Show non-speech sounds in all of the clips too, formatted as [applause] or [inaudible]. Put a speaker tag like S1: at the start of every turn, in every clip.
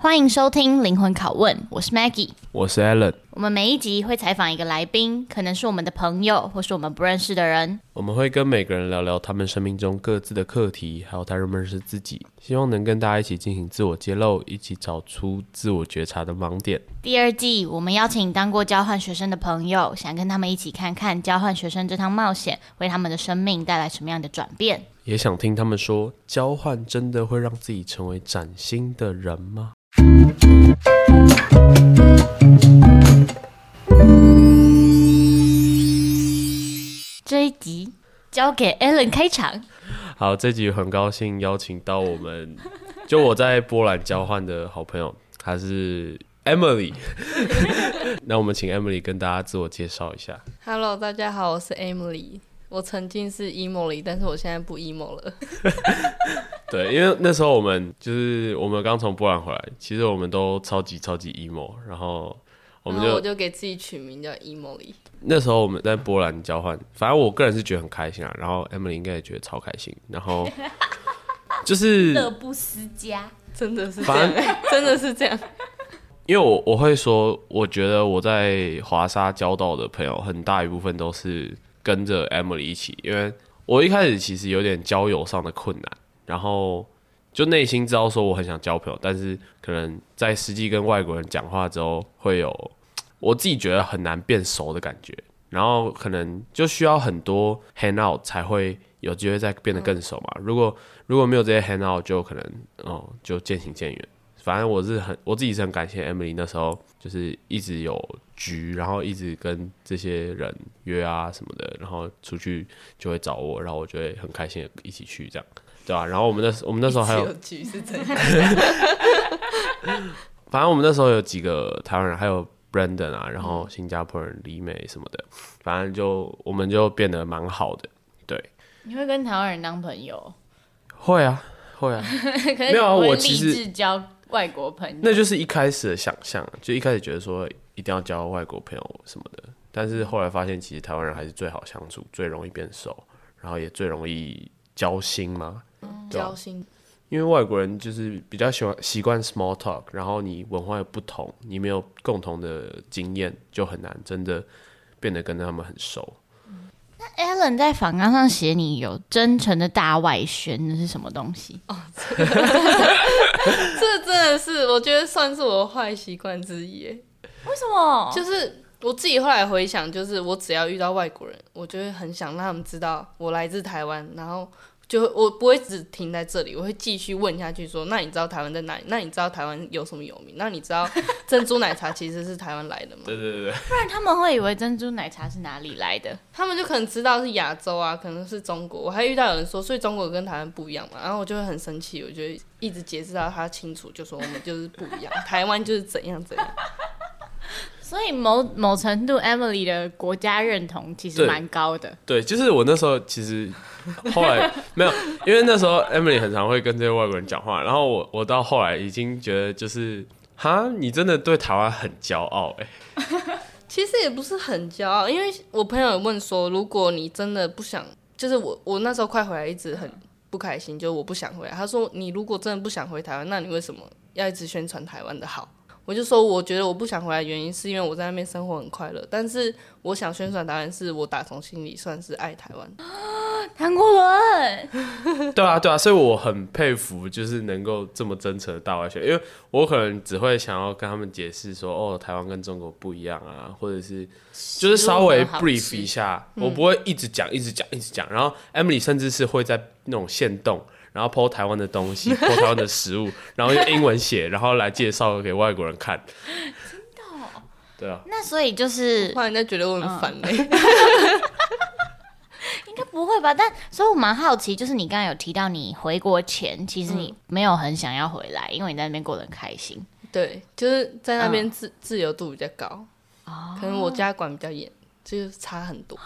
S1: 欢迎收听《灵魂拷问》，我是 Maggie。
S2: 我是 Alan，
S1: 我们每一集会采访一个来宾，可能是我们的朋友，或是我们不认识的人。
S2: 我们会跟每个人聊聊他们生命中各自的课题，还有他认不认识自己，希望能跟大家一起进行自我揭露，一起找出自我觉察的盲点。
S1: 第二季我们邀请当过交换学生的朋友，想跟他们一起看看交换学生这趟冒险为他们的生命带来什么样的转变。
S2: 也想听他们说，交换真的会让自己成为崭新的人吗？
S1: 这一集交给 Alan 开场。
S2: 好，这集很高兴邀请到我们，就我在波兰交换的好朋友，她是 Emily。那我们请 Emily 跟大家自我介绍一下。
S3: Hello，大家好，我是 Emily。我曾经是 emo 里，但是我现在不 emo 了。
S2: 对，因为那时候我们就是我们刚从波兰回来，其实我们都超级超级 emo，然后我们
S3: 然后
S2: 就
S3: 我就给自己取名叫 emo 里。
S2: 那时候我们在波兰交换，反正我个人是觉得很开心啊，然后 Emily 应该也觉得超开心，然后 [laughs] 就是
S1: 不思家，
S3: 真的是这
S2: 反
S3: 样，真的是这样。
S2: 因为我我会说，我觉得我在华沙交到的朋友很大一部分都是跟着 Emily 一起，因为我一开始其实有点交友上的困难，然后就内心知道说我很想交朋友，但是可能在实际跟外国人讲话之后，会有我自己觉得很难变熟的感觉，然后可能就需要很多 hang out 才会有机会再变得更熟嘛。如果如果没有这些 hang out，就可能哦、就渐行渐远。反正我是很我自己是很感谢 Emily 那时候就是一直有局，然后一直跟这些人约啊什么的，然后出去就会找我，然后我就会很开心的一起去这样，对吧、然后我们那我们那时候还有
S3: 一起局是怎样？
S2: 反正我们那时候有几个台湾人，还有 Brandon 啊，然后新加坡人李美什么的，反正就我们就变得蛮好的。
S1: 你会跟台湾人当朋友，
S2: 会啊，会啊，
S1: 可是
S2: 没有啊
S1: 你不会
S2: 我
S1: 立
S2: 其实
S1: 志交外国朋友。
S2: [laughs] 那就是一开始的想象，就一开始觉得说一定要交外国朋友什么的，但是后来发现其实台湾人还是最好相处，最容易变熟，然后也最容易交心嘛。对啊
S3: 交心，
S2: 因为外国人就是比较喜欢习惯 small talk，然后你文化又不同，你没有共同的经验，就很难真的变得跟他们很熟。
S1: 呃 Alan 在访纲上写你有真诚的大外宣，那是什么东西？
S3: 这真的是我觉得算是我的坏习惯之一耶。
S1: 为什么就
S3: 就是我自己后来回想，就是我只要遇到外国人，我就会很想让他们知道我来自台湾，然后就会我不会只停在这里，我会继续问下去说，那你知道台湾在哪里？那你知道台湾有什么有名？那你知道珍珠奶茶其实是台湾来的吗？
S2: 对对对对。
S1: 不然他们会以为珍珠奶茶是哪里来的？
S3: 他们就可能知道是亚洲啊，可能是中国。我还遇到有人说，所以中国跟台湾不一样嘛，然后我就会很生气，我就会一直解释到他清楚，就说我们就是不一样， [laughs] 台湾就是怎样怎样。
S1: 所以某某程度，Emily 的国家认同其实
S2: 对
S1: 蛮高的。
S2: 对，就是我那时候其实后来没有，因为那时候 Emily 很常会跟这些外国人讲话，然后我我到后来已经觉得就是，哈，你真的对台湾很骄傲哎、
S3: 其实也不是很骄傲，因为我朋友有问说，如果你真的不想，就是我我那时候快回来一直很不开心，就是我不想回来。他说你如果真的不想回台湾，那你为什么要一直宣传台湾的好？我就说我觉得我不想回来，原因是因为我在那边生活很快乐，但是我想宣传台湾，是我打从心里算是爱台湾。
S1: 韩国人，
S2: 对啊对啊，所以我很佩服就是能够这么真诚的大外宣，因为我可能只会想要跟他们解释说，哦，台湾跟中国不一样啊，或者是就是稍微
S1: 好吃
S2: brief 一下，我不会一直讲、一直讲、一直讲。然后 Emily 甚至是会在那种线动，然后 PO 台湾的东西，PO 台湾的食物，然后用英文写，然后来介绍给外国人看。真的、对啊，
S1: 那所以就是
S3: 突然就觉得我很烦嘞、欸 [laughs]
S1: 应该不会吧？但所以我蛮好奇，就是你刚刚有提到你回国前，其实
S4: 嗯
S1: 你没有很想要回来，因为你在那边过得很开心。
S3: 对，就是在那边
S1: 嗯
S3: 自、自由度比较高，可能我家管比较严，就是差很多。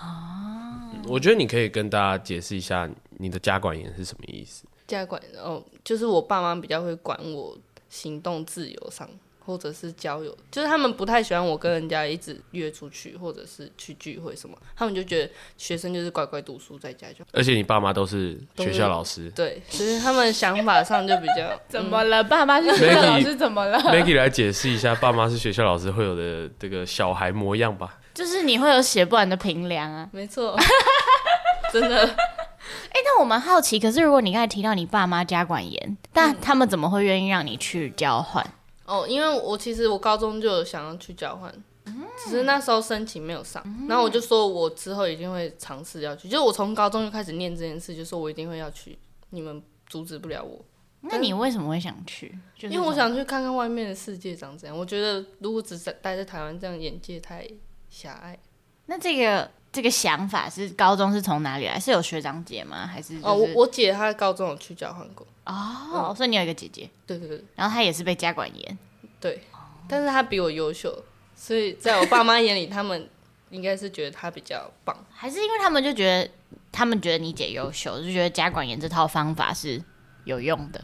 S2: 我觉得你可以跟大家解释一下你的家管严是什么意思。
S3: 家管哦，就是我爸妈比较会管我行动自由上，或者是交友，就是他们不太喜欢我跟人家一直约出去，或者是去聚会什么，他们就觉得学生就是乖乖读书在家就
S2: 而且你爸妈都是
S3: 都
S2: 学
S3: 是
S2: 校老师
S3: 对，所以他们想法上就比较 [laughs]
S4: 怎么了？爸妈是学校老师，怎么了？
S2: ，Maggie 来解释一下爸妈是学校老师会有的这个小孩模样吧。
S1: 就是你会有写不完的平量啊。
S3: 没 [laughs] 错，真的
S1: 哎、但我蛮好奇，可是如果你刚才提到你爸妈家管严，
S4: 嗯
S1: 但他们怎么会愿意让你去交换？
S3: 哦，因为我其实我高中就有想要去交换。只是那时候申请没有上，然后我就说，我之后一定会尝试要去。就是我从高中就开始念这件事，就说我一定会要去，你们阻止不了我。
S1: 那
S4: 嗯
S1: 你为什么会想去？就是
S3: 因为我想去看看外面的世界长怎样。我觉得如果只在待在台湾，这样眼界太狭隘。
S1: 那这个这个想法是高中是从哪里来？是有学长姐吗？还是、就是、
S3: 哦，我我姐她高中有去交换过，
S1: 哦，所以你有一个姐姐，
S3: 对对对
S1: 然后她也是被家管严。
S3: 对，
S1: 哦
S3: 但是她比我优秀，所以在我爸妈眼里，他们应该是觉得她比较棒。
S1: 还是因为他们就觉得，他们觉得你姐优秀，就觉得家管严这套方法是有用的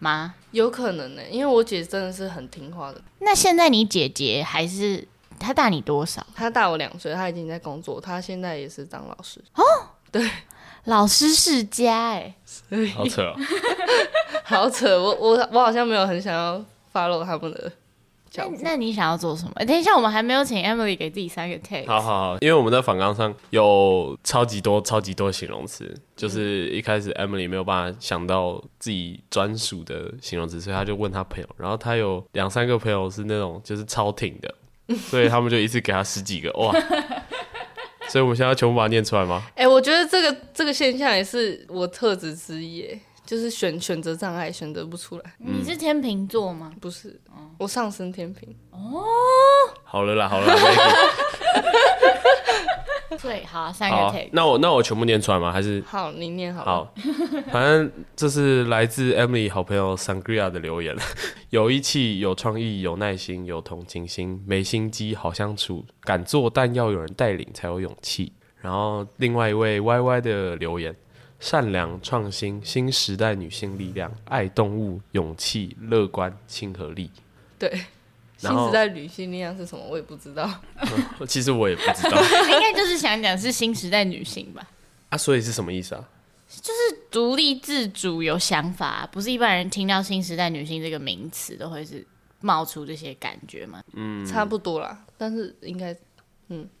S1: 吗？
S3: 有可能呢、因为我姐真的是很听话的。
S1: 那现在你姐姐还是她大你多少？
S3: 她大我两岁，她已经在工作，她现在也是当老师。
S2: 哦
S1: 老师世家哎、
S2: [laughs] 好扯哦！
S3: 好扯，我我我好像没有很想要 follow 他们的脚步。
S1: 那你想要做什么？等一下，我们还没有请 Emily 给自己三个 take。
S2: 好好好，因为我们在反纲上有超级多、超级多形容词，就是一开始 Emily 没有办法想到自己专属的形容词，所以她就问她朋友，然后她有两三个朋友是那种就是超挺 [laughs] 的，所以他们就一次给她十几个 [laughs] 哇！所以我们现在要全部把它念出来 [laughs] 吗？
S3: 哎、我觉得这个这个现象也是我特质之一耶，就是选选择障碍，选择不出来。
S2: 嗯
S1: 你是天秤座
S2: [laughs]
S1: 吗？
S3: 不是，
S2: 哦
S3: 我上升天平，
S2: 好了啦，好了啦 Maggie
S1: 对，好，三
S2: 好
S1: 个
S2: 啊
S1: take。
S2: 那我那我全部念出来吗？还是
S3: 好，你念好了。
S2: 好，反正这是来自 Emily 好朋友 Sangria 的留言， [laughs] 有义气，有创意，有耐心，有同情心，没心机，好相处，敢做但要有人带领才有勇气。然后另外一位 Y Y 的留言，善良、创新、新时代女性力量，爱动物，勇气，乐观，亲和力。
S3: 对，
S2: 然
S3: 新
S2: 后
S3: 时代女性力量是什么？我也不知道。
S2: 其实我也不知
S3: [laughs]
S2: 道
S1: 应该就是想讲是新时代女性吧，
S2: 啊，所以是什么意思啊？
S1: 独立自主、有想法、不是一般人听到新时代女性这个名词都会是冒出这些感觉吗？
S2: 嗯
S3: 差不多啦，但是应该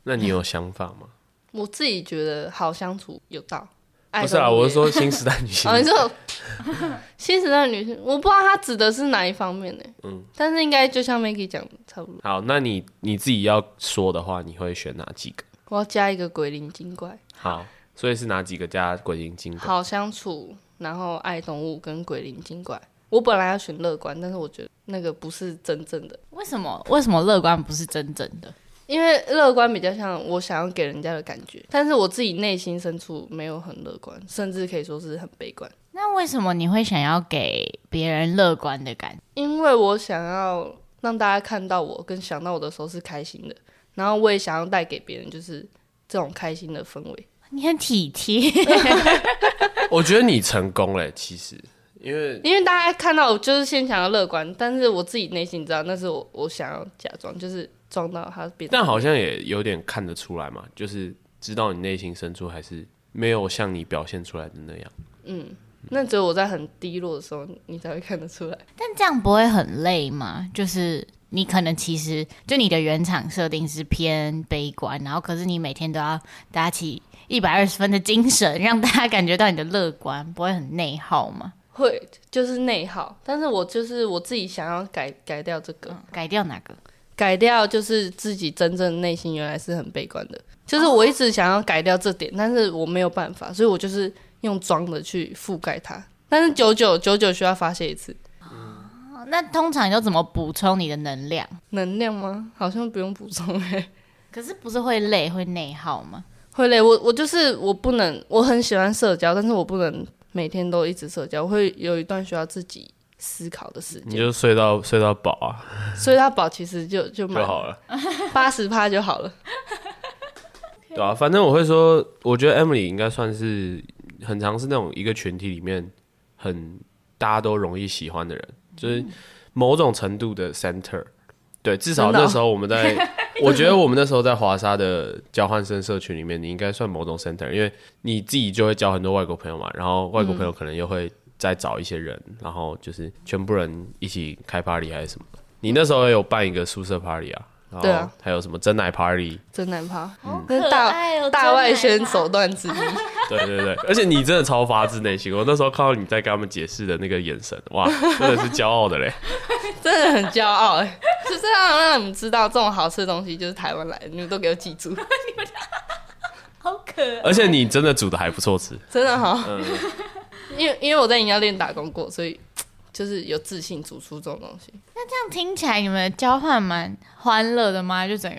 S2: 那你有想法吗？
S3: 我自己觉得好相处有道。 [laughs] 爱
S2: 不是啊，
S3: 动物
S2: 我
S3: 园
S2: 是，说新时代女性
S3: [laughs] 哦，你说 [laughs] 新时代女性，我不知道她指的是哪一方面呢？嗯，但是应该就像 Maggie 讲的差不多。
S2: 好，那你你自己要说的话，你会选哪几个？
S3: 我要加一个鬼灵精怪，
S2: 好，所以是哪几个加鬼灵精怪？
S3: 好相处，然后爱动物跟鬼灵精怪。我本来要选乐观，但是我觉得那个不是真正的，
S1: 为什么？为什么乐观不是真正的？
S3: 因为乐观比较像我想要给人家的感觉，但是我自己内心深处没有很乐观，甚至可以说是很悲观，
S1: 那为什么你会想要给别人乐观的感觉？
S3: 因为我想要让大家看到我跟想到我的时候是开心的，然后我也想要带给别人就是这种开心的氛围。
S1: 你很体贴， [laughs]
S2: 我觉得你成功了，欸其实，因为
S3: 因为大家看到我就是先想要乐观，但是我自己内心知道那是我我想要假装，就是装到他变成。
S2: 但好像也有点看得出来嘛，就是知道你内心深处还是没有像你表现出来的那样。
S3: 那只有我在很低落的时候，你才会看得出来。
S1: 但这样不会很累吗？就是你可能其实就你的原厂设定是偏悲观，然后可是你每天都要打起一百二十分的精神，让大家感觉到你的乐观，不会很内耗吗？
S3: 会就是内耗，但是我就是我自己想要改改掉这个，
S1: 改掉哪个？
S3: 改掉就是自己真正内心原来是很悲观的，就是我一直想要改掉这点，但是我没有办法，所以我就是用装的去覆盖它。但是久久久久需要发泄一次
S1: 哦那通常你都怎么补充你的能量？
S3: 能量吗？好像不用补充哎、
S1: 可是不是会累会内耗吗？
S3: 会累，我我就是我不能，我很喜欢社交，但是我不能每天都一直社交，我会有一段需要自己思考的时
S2: 你
S3: 间。
S2: 就睡到睡到饱啊
S3: 所以他保其实就就
S2: 就
S3: 蛮
S2: 好了，
S3: 八十趴就好了。
S2: 对啊，反正我会说，我觉得 Emily 应该算是很
S3: 嗯
S2: 常是那种一个群体里面很大家都容易喜欢的人，就是某种程度的 center。对，至少
S3: 真的哦
S2: 那时候我们在，
S3: [laughs]
S2: 我觉得我们那时候在华沙的交换生社群里面，你应该算某种 center，因为你自己就会交很多外国朋友嘛，然后外国朋
S3: 嗯
S2: 友可能又会再找一些人，然后就是全部人一起开 party 还是什么。你那时候也有办一个宿舍 party 啊，然
S3: 对
S2: 后
S3: 啊
S2: 还有什么真奶 party，
S3: 真难怕，
S1: 可
S3: 那是大
S1: 爱哦
S3: 大外宣手。
S1: 真奶爸
S3: 段之一。
S2: 对对对，而且你真的超发自内心，我那时候看到你在跟他们解释的那个眼神，哇，真的是骄傲的嘞。 [laughs]
S3: 真的很骄傲哎、就是要让你们知道这种好吃的东西就是台湾来的，你们都给我记住，
S4: 好可
S2: 而且你真的煮的还不错吃，
S3: 真的哈。因为因为我在饮料店打工过，所以就是有自信煮出这种东西。
S1: 这样听起来你们的交换蛮欢乐的吗？就整个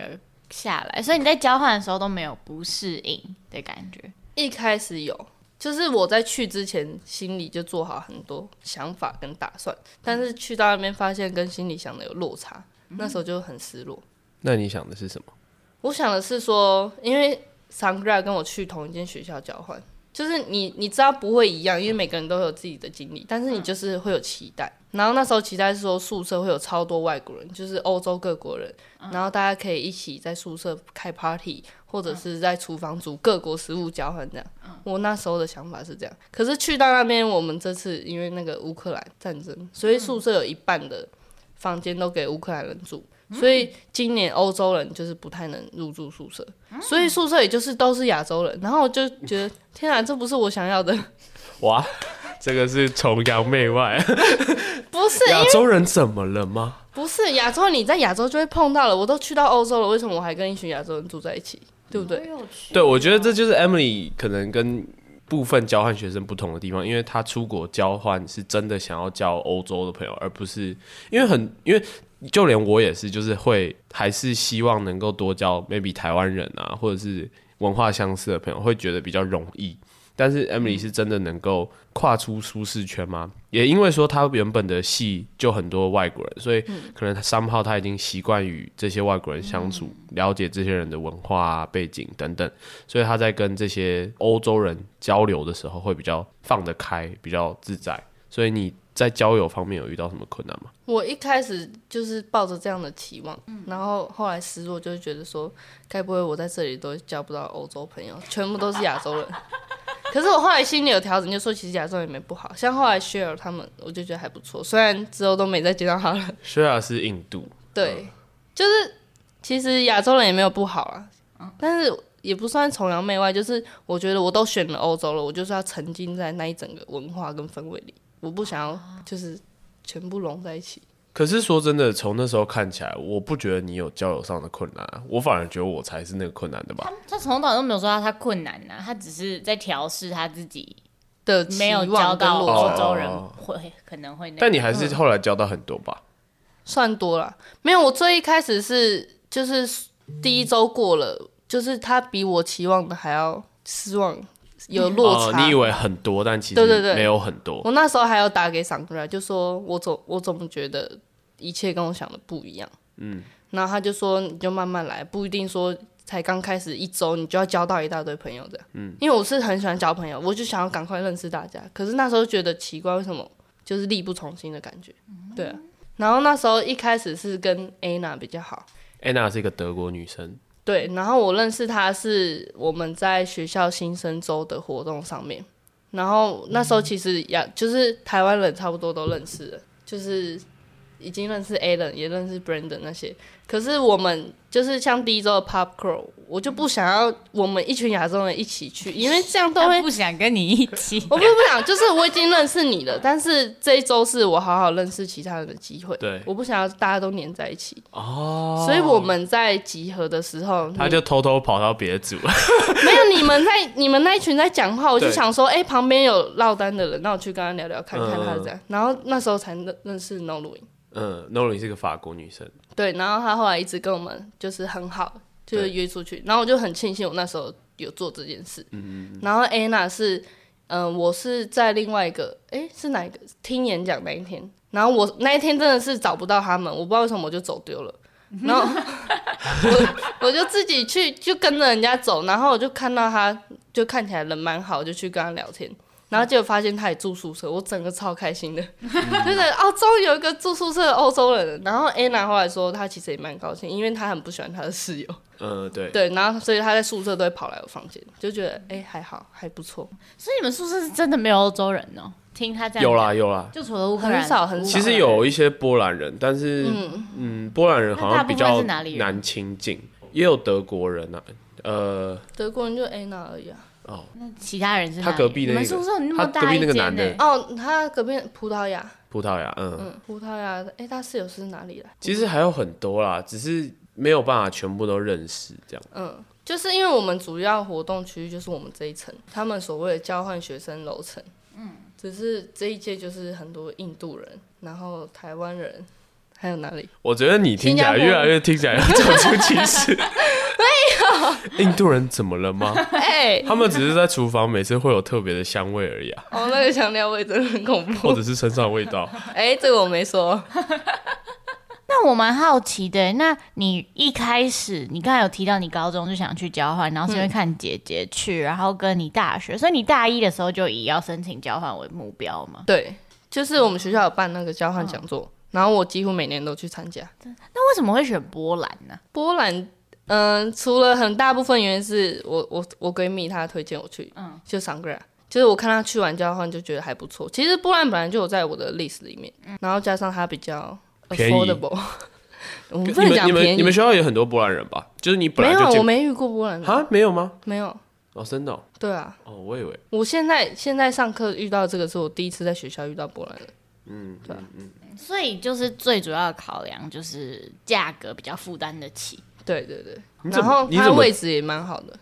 S1: 下来，所以你在交换的时候都没有不适应的感觉。
S3: 一开始有，就是我在去之前心里就做好很多想法跟打算，但是去到那边发现跟心里想的有落差，那时候就很失落。
S2: 那你想的是什么？
S3: 我想的是说，因为 Sangra 跟我去同一间学校交换，就是你你知道不会一样，因为每个人都有自己的经历，但是你就是会有期待。然后那时候期待是说宿舍会有超多外国人，就是欧洲各国人，然后大家可以一起在宿舍开 party，或者是在厨房煮各国食物交换这样。我那时候的想法是这样，可是去到那边，我们这次因为那个乌克兰战争，所以宿舍有一半的房间都给乌克兰人住，所以今年欧洲人就是不太能入住宿舍，所以宿舍也就是都是亚洲人。然后我就觉得，天啊，这不是我想要的， [laughs]
S2: 哇，这个是崇洋媚外，
S3: 不是
S2: 亚洲人怎么了吗？
S3: 不是亚洲，你在亚洲就会碰到了。我都去到欧洲了，为什么我还跟一群亚洲人住在一起？对不对？
S4: 有趣
S2: 对，我觉得这就是 Emily 可能跟部分交换学生不同的地方，因为她出国交换是真的想要交欧洲的朋友，而不是因为很因为就连我也是，就是会还是希望能够多交 maybe 台湾人啊，或者是文化相似的朋友，会觉得比较容易。但是 Emily 是真的能够跨出舒适圈吗？也因为说她原本的系就很多外国人，所以可能 somehow 她已经习惯与这些外国人相处，了解这些人的文化、啊、背景等等，所以她在跟这些欧洲人交流的时候会比较放得开，比较自在。所以你在交友方面有遇到什么困难吗？
S3: 我一开始就是抱着这样的期望，然后后来失落，就是觉得说，嗯该不会我在这里都交不到欧洲朋友，全部都是亚洲人。 [laughs] 可是我后来心里有调整，就说其实亚洲人也没不好，像后来 share 他们，我就觉得还不错，虽然之后都没再见到他了。
S2: 虽然是印度，
S1: 嗯
S3: 对，就是其实亚洲人也没有不好啊，
S1: 嗯
S3: 但是也不算崇洋媚外，就是我觉得我都选了欧洲了，我就是要沉浸在那一整个文化跟氛围里，我不想要
S1: 啊
S3: 就是全部融在一起。
S2: 可是说真的，从那时候看起来，我不觉得你有交友上的困难啊，我反而觉得我才是那个困难的吧。
S1: 他从头都没有说到他困难呐、他只是在调试他自己，
S3: 的
S1: 没有
S3: 期望
S1: 交
S3: 跟
S1: 到
S3: 落差
S1: 欧洲人
S2: 哦
S1: 会可能会那个。
S2: 但你还是后来交到很多吧？
S3: 算多了，没有。我最一开始是就是第一周过了，就是他比我期望的还要失望，有嗯落
S2: 哦
S3: 差。
S2: 你以为很多，但其
S3: 对对
S2: 实
S3: 对
S2: 没有很多。
S3: 我那时候还要打给桑德拉，就说我总我怎么觉得一切跟我想的不一样。嗯，然后他就说你就慢慢来，不一定说才刚开始一周你就要交到一大堆朋友这样。嗯，因为我是很喜欢交朋友，我就想要赶快认识大家。可是那时候觉得奇怪，为什么就是力不从心的感觉？对啊。然后那时候一开始是跟 Anna 比较好，
S2: 安娜是一个德国女生，
S3: 对，然后我认识他是我们在学校新生周的活动上面，然后那
S2: 嗯
S3: 时候其实也就是台湾人差不多都认识了，就是已经认识 Alan 也认识 Brandon 那些，可是我们就是像第一周的 Pop Crow，我就不想要我们一群亚洲人一起去，因为这样都
S1: 他
S2: [laughs]
S3: 会。
S1: 不想跟你一起
S3: 我不是不想，就是我已经认识你了，但是这一周是我好好认识其他人的机会，
S2: 对
S3: 我不想要大家都黏在一起，
S2: 哦，
S3: 所以我们在集合的时候，
S2: 她
S3: 你
S2: 就偷偷跑到别的组， [laughs]
S3: [laughs] 没有，你们在你们那一群在讲话，我就
S2: 对
S3: 想说，哎、旁边有落单的人，那我去跟他聊聊看
S2: 嗯
S3: 看他是这样。然后那时候才认认识 No 录音，
S2: 嗯 n o l i 是个法国女生，
S3: 对，然后他后来一直跟我们就是很好，就是
S2: 对
S3: 约出去。然后我就很庆幸我那时候有做这件事。然后 Anna 是，嗯、我是在另外一个，哎、是哪一个听演讲那一天？然后我那一天真的是找不到他们，我不知道为什么我就走丢了。然后我我就自己去，就跟着人家走，然后我就看到他，就看起来人蛮好，就去跟他聊天。然后结果发现他也住宿舍，我整个超开心的，就是哦，终于有一个住宿舍的欧洲人。然后 Anna 后来说，她其实也蛮高兴，因为她很不喜欢她的室友，
S2: 嗯，对，
S3: 对，然后所以她在宿舍都会跑来我房间，就觉得哎、还好，还不错，
S1: [laughs] 所以你们宿舍是真的没有欧洲人哦？听他这样
S2: 有
S1: 讲，
S2: 啦有啦，
S1: 就除了乌克兰
S3: 很少很少。
S2: 其实有一些波兰人，但是嗯波兰人好像比
S1: 那大部分
S2: 较
S1: 是哪里人
S2: 难亲近，也有德国人啊，呃，
S3: 德国人就 Anna 而已啊。
S1: 其他人是哪里
S2: 他隔壁那
S1: 你
S2: 个
S1: 们宿舍那么大
S2: 他隔壁那个
S1: 一间
S2: 男的
S1: 欸
S3: 哦，他隔壁葡萄牙，
S2: 葡萄牙，嗯，
S3: 嗯，葡萄牙，哎、他室友是哪里来？
S2: 其实还有很多啦，只是没有办法全部都认识这样。
S3: 嗯，就是因为我们主要活动区域就是我们这一层，他们所谓的交换学生楼层。嗯，只是这一届就是很多印度人，然后台湾人，还有哪里？
S2: 我觉得你听起来
S3: 新加坡
S2: 越来越听起来要种族歧
S3: [laughs]
S2: 视。没有， [laughs] 印度人怎么了吗？
S3: 哎、
S2: 他们只是在厨房每次会有特别的香味而已
S3: [laughs]
S2: 啊，
S3: 哦，那个香料味真的很恐
S2: 或
S3: 怖。
S2: 者是身上的味道。
S3: [laughs] 哎、这个我没说。 [laughs]
S1: 那我蛮好奇的，那你一开始你刚才有提到你高中就想去交换，然后是因为看姐姐去，然后跟你大学，所以你大一的时候就以要申请交换为目标吗？
S3: 对，就是我们学校有办那个交换讲座，然后我几乎每年都去参加。
S1: 那为什么会选波兰呢、
S3: 波兰，嗯、除了很大部分原因是我我我闺蜜她推荐我去，嗯，就桑格拉，就是我看她去完交换就觉得还不错。其实波兰本来就有在我的 list 里面，然后加上它比较
S2: 便宜 [laughs]
S3: affordable，我们
S2: 你
S3: 不能
S2: 们
S3: 讲
S2: 你们
S3: 便
S2: 你们
S3: 宜。
S2: 学校有很多波兰人吧？就是你本
S3: 没
S2: 来
S3: 有
S2: 就，
S3: 我
S2: 见
S3: 没遇过波兰人，
S2: 啊没有吗？
S3: 没有。
S2: 哦，真的哦
S3: 对啊，
S2: 哦，我以为
S3: 我现在现在上课遇到这个是我第一次在学校遇到波兰人，
S1: 所以就是最主要的考量就是价格比较负担得起。
S3: 对对对，
S2: 你怎
S3: 然
S2: 么
S3: 后
S2: 你
S3: 它
S2: 怎么
S3: 位置也蛮好的，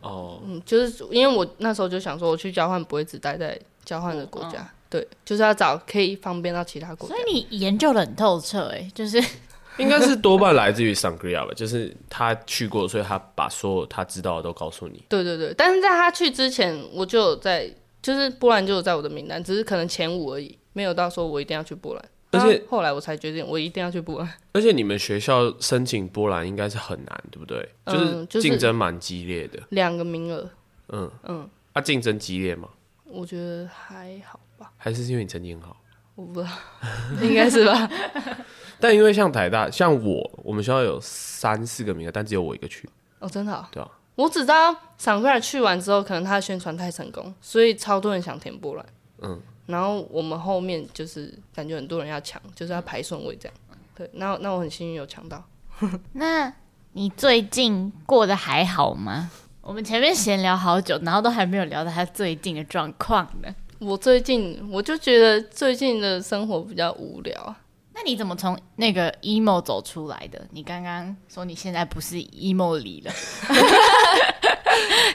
S2: 哦，
S3: 嗯，就是因为我那时候就想说，我去交换不会只待在交换的国家，对，就是要找可以方便到其他国
S1: 嗯
S3: 家
S1: 所。以你研究的很透彻、欸，哎，就是
S2: [laughs] 应该是多半来自于 Sangria 吧，就是他去过，所以他把所有他知道的都告诉你。
S3: 对对对，但是在他去之前，我就有在，就是波兰就有在我的名单，只是可能前五而已，没有到说我一定要去波兰。
S2: 而且
S3: 然后后来我才决定，我一定要去波兰。
S2: 而且你们学校申请波兰应该是很难，对不对？
S3: 嗯
S2: 就
S3: 就是是
S2: 竞争蛮激烈的。
S3: 两个名额，
S2: 嗯嗯，啊，竞争激烈吗？
S3: 我觉得还好吧，
S2: 还是因为你成绩很好？
S3: 我不知道，应该是吧？
S2: 但因为像台大，像我，我们学校有三四个名额，但只有我一个去。
S3: 哦，真的、哦。
S2: 对啊
S3: 我只知道桑格尔去完之后，可能他的宣传太成功，所以超多人想填波兰。
S2: 嗯，
S3: 然后我们后面就是感觉很多人要抢，就是要排顺位这样。对，那那我很幸运有抢到。
S1: 那你最近过得还好吗？我们前面闲聊好久，然后都还没有聊到他最近的状况呢。
S3: 我最近我就觉得最近的生活比较无聊啊，
S1: 那你怎么从那个 emo 走出来的？你刚刚说你现在不是 emo 里了，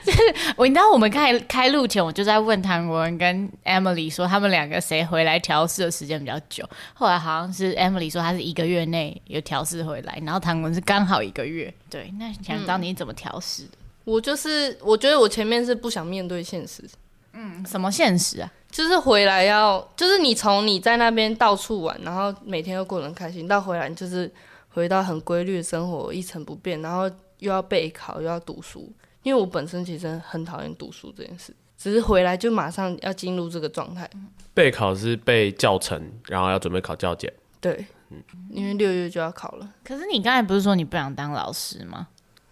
S1: 就是我你知道我们开开录前我就在问唐国文跟 Emily 说他们两个谁回来调试的时间比较久，后来好像是 Emily 说她是一个月内有调试回来，然后唐国文是刚好一个月。对，那想知道你怎么调试的？
S3: 我就是我觉得我前面是不想面对现实，
S1: 嗯，什么现实啊？
S3: 就是回来要，就是你从你在那边到处玩，然后每天都过得很开心，到回来你就是回到很规律的生活，一成不变，然后又要备考，又要读书。因为我本身其实很讨厌读书这件事，只是回来就马上要进入这个状态。
S2: 备考是被教程，然后要准备考教检。
S3: 对，因为六月就要考了。
S1: 可是你刚才不是说你不想当老师吗？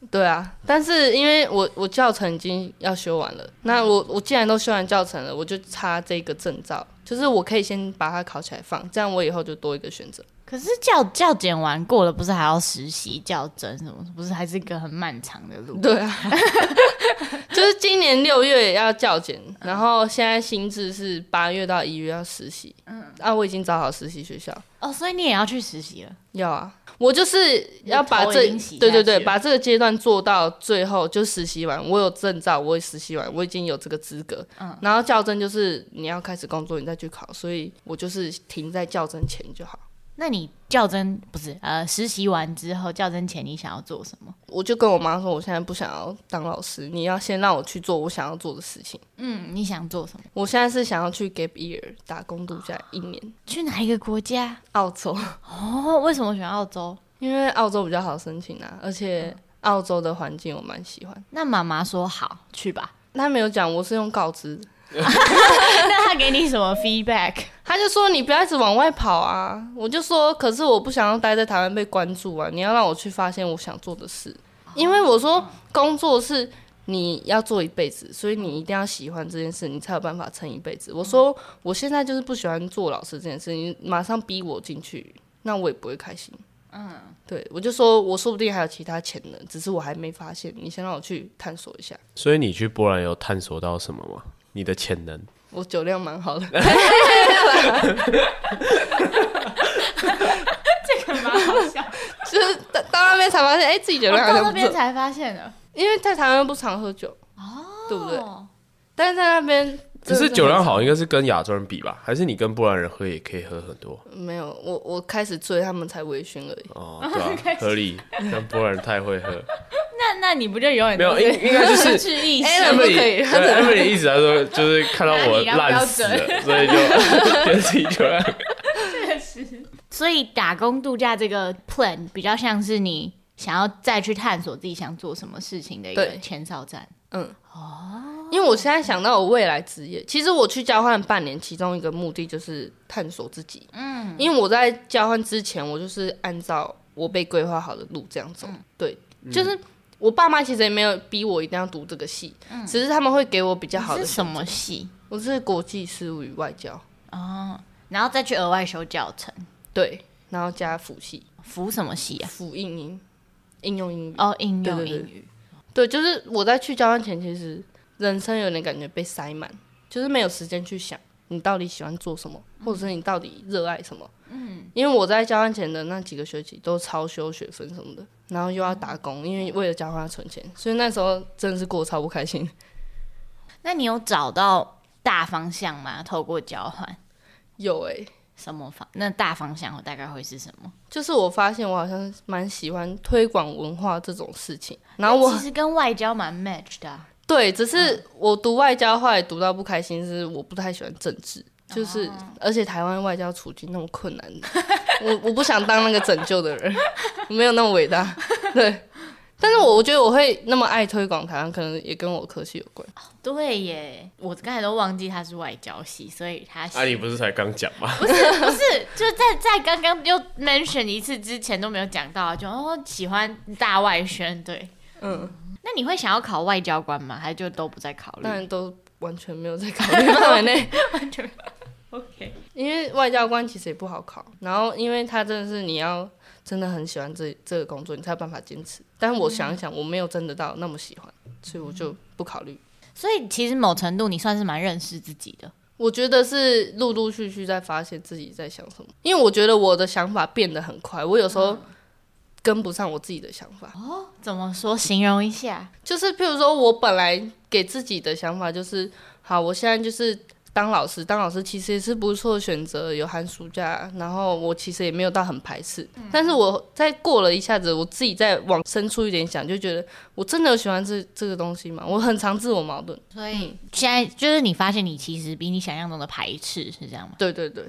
S3: 对啊，但是因为我我教程已经要修完了，那我我既然都修完教程了，我就差这个证照，就是我可以先把它考起来放，这样我以后就多一个选择。
S1: 可是教教检完过了，不是还要实习、教甄什么？不是还是一个很漫长的路？
S3: 对啊，就是今年六月要教检，
S1: 嗯
S3: 然后现在新制是八月到一月要实习。嗯，啊，我已经找好实习学校。
S1: 哦，所以你也要去实习了。
S3: 要啊，我就是要把
S1: 你的头已
S3: 这
S1: 经洗下去
S3: 对
S1: 了
S3: 对对，把这个阶段做到最后，就实习完，我有证照，我也实习完，我已经有这个资格。嗯，然后教证就是你要开始工作，你再去考，所以我就是停在教证前就好。
S1: 那你教甄不是呃，实习完之后教甄前你想要做什么？
S3: 我就跟我妈说，我现在不想要当老师，你要先让我去做我想要做的事情。
S1: 嗯，你想做什么？
S3: 我现在是想要去 gap year 打工度假一年，
S1: 去哪一个国家？
S3: 澳洲，
S1: 哦，为什么选澳洲？
S3: 因为澳洲比较好申请啊，而且澳洲的环境我蛮喜欢。
S1: 那妈妈说好去吧。
S3: 他没有讲，我是用告知，
S1: [laughs] 那他给你什么 feedback？
S3: 他就说你不要一直往外跑啊。我就说，可是我不想要待在台湾被关注啊，你要让我去发现我想做的事。因为我说工作是你要做一辈子，所以你一定要喜欢这件事，你才有办法撑一辈子。我说我现在就是不喜欢做老师这件事，你马上逼我进去，那我也不会开心。嗯，对，我就说我说不定还有其他潜能，只是我还没发现。你先让我去探索一下。
S2: 所以你去波兰有探索到什么吗？你的潜能？
S3: 我酒量蛮好的， [laughs]
S4: 这个蛮好笑。
S2: [laughs]
S3: 就是到到那边才发现，哎、自己酒
S1: 我
S3: 量好
S1: 到
S3: 像
S1: 那
S3: 不错
S1: 边才发现的，
S3: 因为在台湾不常喝酒，对不对？但是在那边，
S2: 只是酒量好，应该是跟亚洲人比吧？还是你跟波兰人喝也可以喝很多？
S3: 没有我，我开始醉，他们才微醺而已。
S2: 哦，对啊，合理。但波兰人太会喝，
S1: 那那你不就永远
S2: 没有
S1: 都是
S2: 应应该就
S1: [laughs]
S2: 是
S1: 去意识
S3: Alan 不可以
S2: Emily 对 Emily 一直在说，就是看到我烂死了，所以就 [laughs] 觉得自己酒量。
S1: 所以打工度假这个 plan 比较像是你想要再去探索自己想做什么事情的一个
S3: 对
S1: 前哨站。
S3: 嗯，哦，因为我现在想到我未来职业，其实我去交换半年，其中一个目的就是探索自己。嗯，因为我在交换之前，我就是按照我被规划好的路这样走。对，
S2: 嗯
S3: 就是我爸妈其实也没有逼我一定要读这个系，只是他们会给我比较好
S1: 你
S3: 的
S1: 是什
S3: 选
S1: 么
S3: 择？
S1: 系？
S3: 我是国际事务与外交，
S1: 然后再去额外修教程，
S3: 对，然后加辅系、
S1: 辅什么系啊？
S3: 辅应英、应用英语。
S1: 哦，应用
S3: 对对
S1: 英
S3: 对
S1: 语。
S3: 对，就是我在去交换前，其实人生有点感觉被塞满，就是没有时间去想你到底喜欢做什么，或者是你到底热爱什么。嗯，因为我在交换前的那几个学期都超修学分什么的，然后又要打工，因为为了交换要存钱，所以那时候真的是过得超不开心。
S1: 那你有找到大方向吗？透过交换
S3: 有诶、
S1: 什么方？那大方向我大概会是什么？
S3: 就是我发现我好像蛮喜欢推广文化这种事情，然后我
S1: 其实跟外交蛮 match 的啊、
S3: 对，只是我读外交后来读到不开心，是我不太喜欢政治，就是、而且台湾外交处境那么困难， [laughs] 我我不想当那个拯救的人，我没有那么伟大。对，但是我我觉得我会那么爱推广台湾，可能也跟我科系有关。
S1: 对耶，我刚才都忘记他是外交系，所以他
S2: 啊，你不是才刚讲吗？
S1: 不是不是，就在在刚刚又 mention 一次之前都没有讲到，就哦喜欢大外宣，对。
S3: 嗯，
S1: 那你会想要考外交官吗？还是就都不再考虑
S3: 当？然都完全没有在考虑范围内， [laughs]
S1: OK，
S3: 因为外交官其实也不好考，然后因为他真的是你要真的很喜欢这这个工作，你才有办法坚持。但是我想一想，我没有真的到那么喜欢，所以我就不考虑。
S1: 所以其实某程度你算是蛮认识自己的。
S3: 我觉得是陆陆续续在发现自己在想什么，因为我觉得我的想法变得很快，我有时候跟不上我自己的想法。
S1: 哦怎么说？形容一下。
S3: 就是譬如说，我本来给自己的想法就是，好，我现在就是当老师，当老师其实也是不错的选择，有寒暑假，然后我其实也没有到很排斥。但是我在过了一下子，我自己再往深处一点想，就觉得我真的有喜欢这这个东西吗？我很常自我矛盾。
S1: 所以嗯现在就是你发现你其实比你想象中的排斥，是这样吗？
S3: 对对对，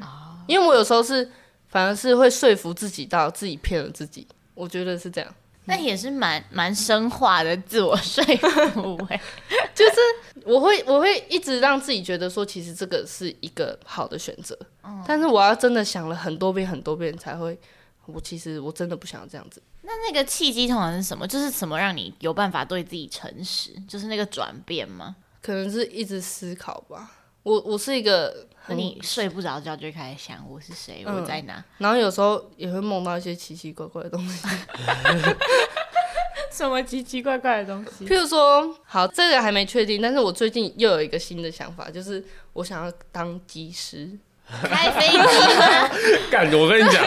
S3: 因为我有时候是反而是会说服自己到自己骗了自己，我觉得是这样。
S1: 那也是蛮蛮深化的自我说服、欸。 [laughs]
S3: 我会我会一直让自己觉得说，其实这个是一个好的选择，但是我要真的想了很多遍很多遍才会，我其实我真的不想要这样子。
S1: 那那个契机通常是什么？就是什么让你有办法对自己诚实？就是那个转变吗？
S3: 可能是一直思考吧。我我是一个
S1: 那
S3: 很，
S1: 你睡不着觉就开始想我是谁，
S3: 嗯
S1: 我在哪？
S3: 然后有时候也会梦到一些奇奇怪怪的东西，
S1: 什么奇奇怪怪的东西？
S3: 譬如说，好，这个还没确定，但是我最近又有一个新的想法，就是我想要当机师。
S1: [laughs] 开飞机吗？
S2: [laughs] 干，我跟你讲，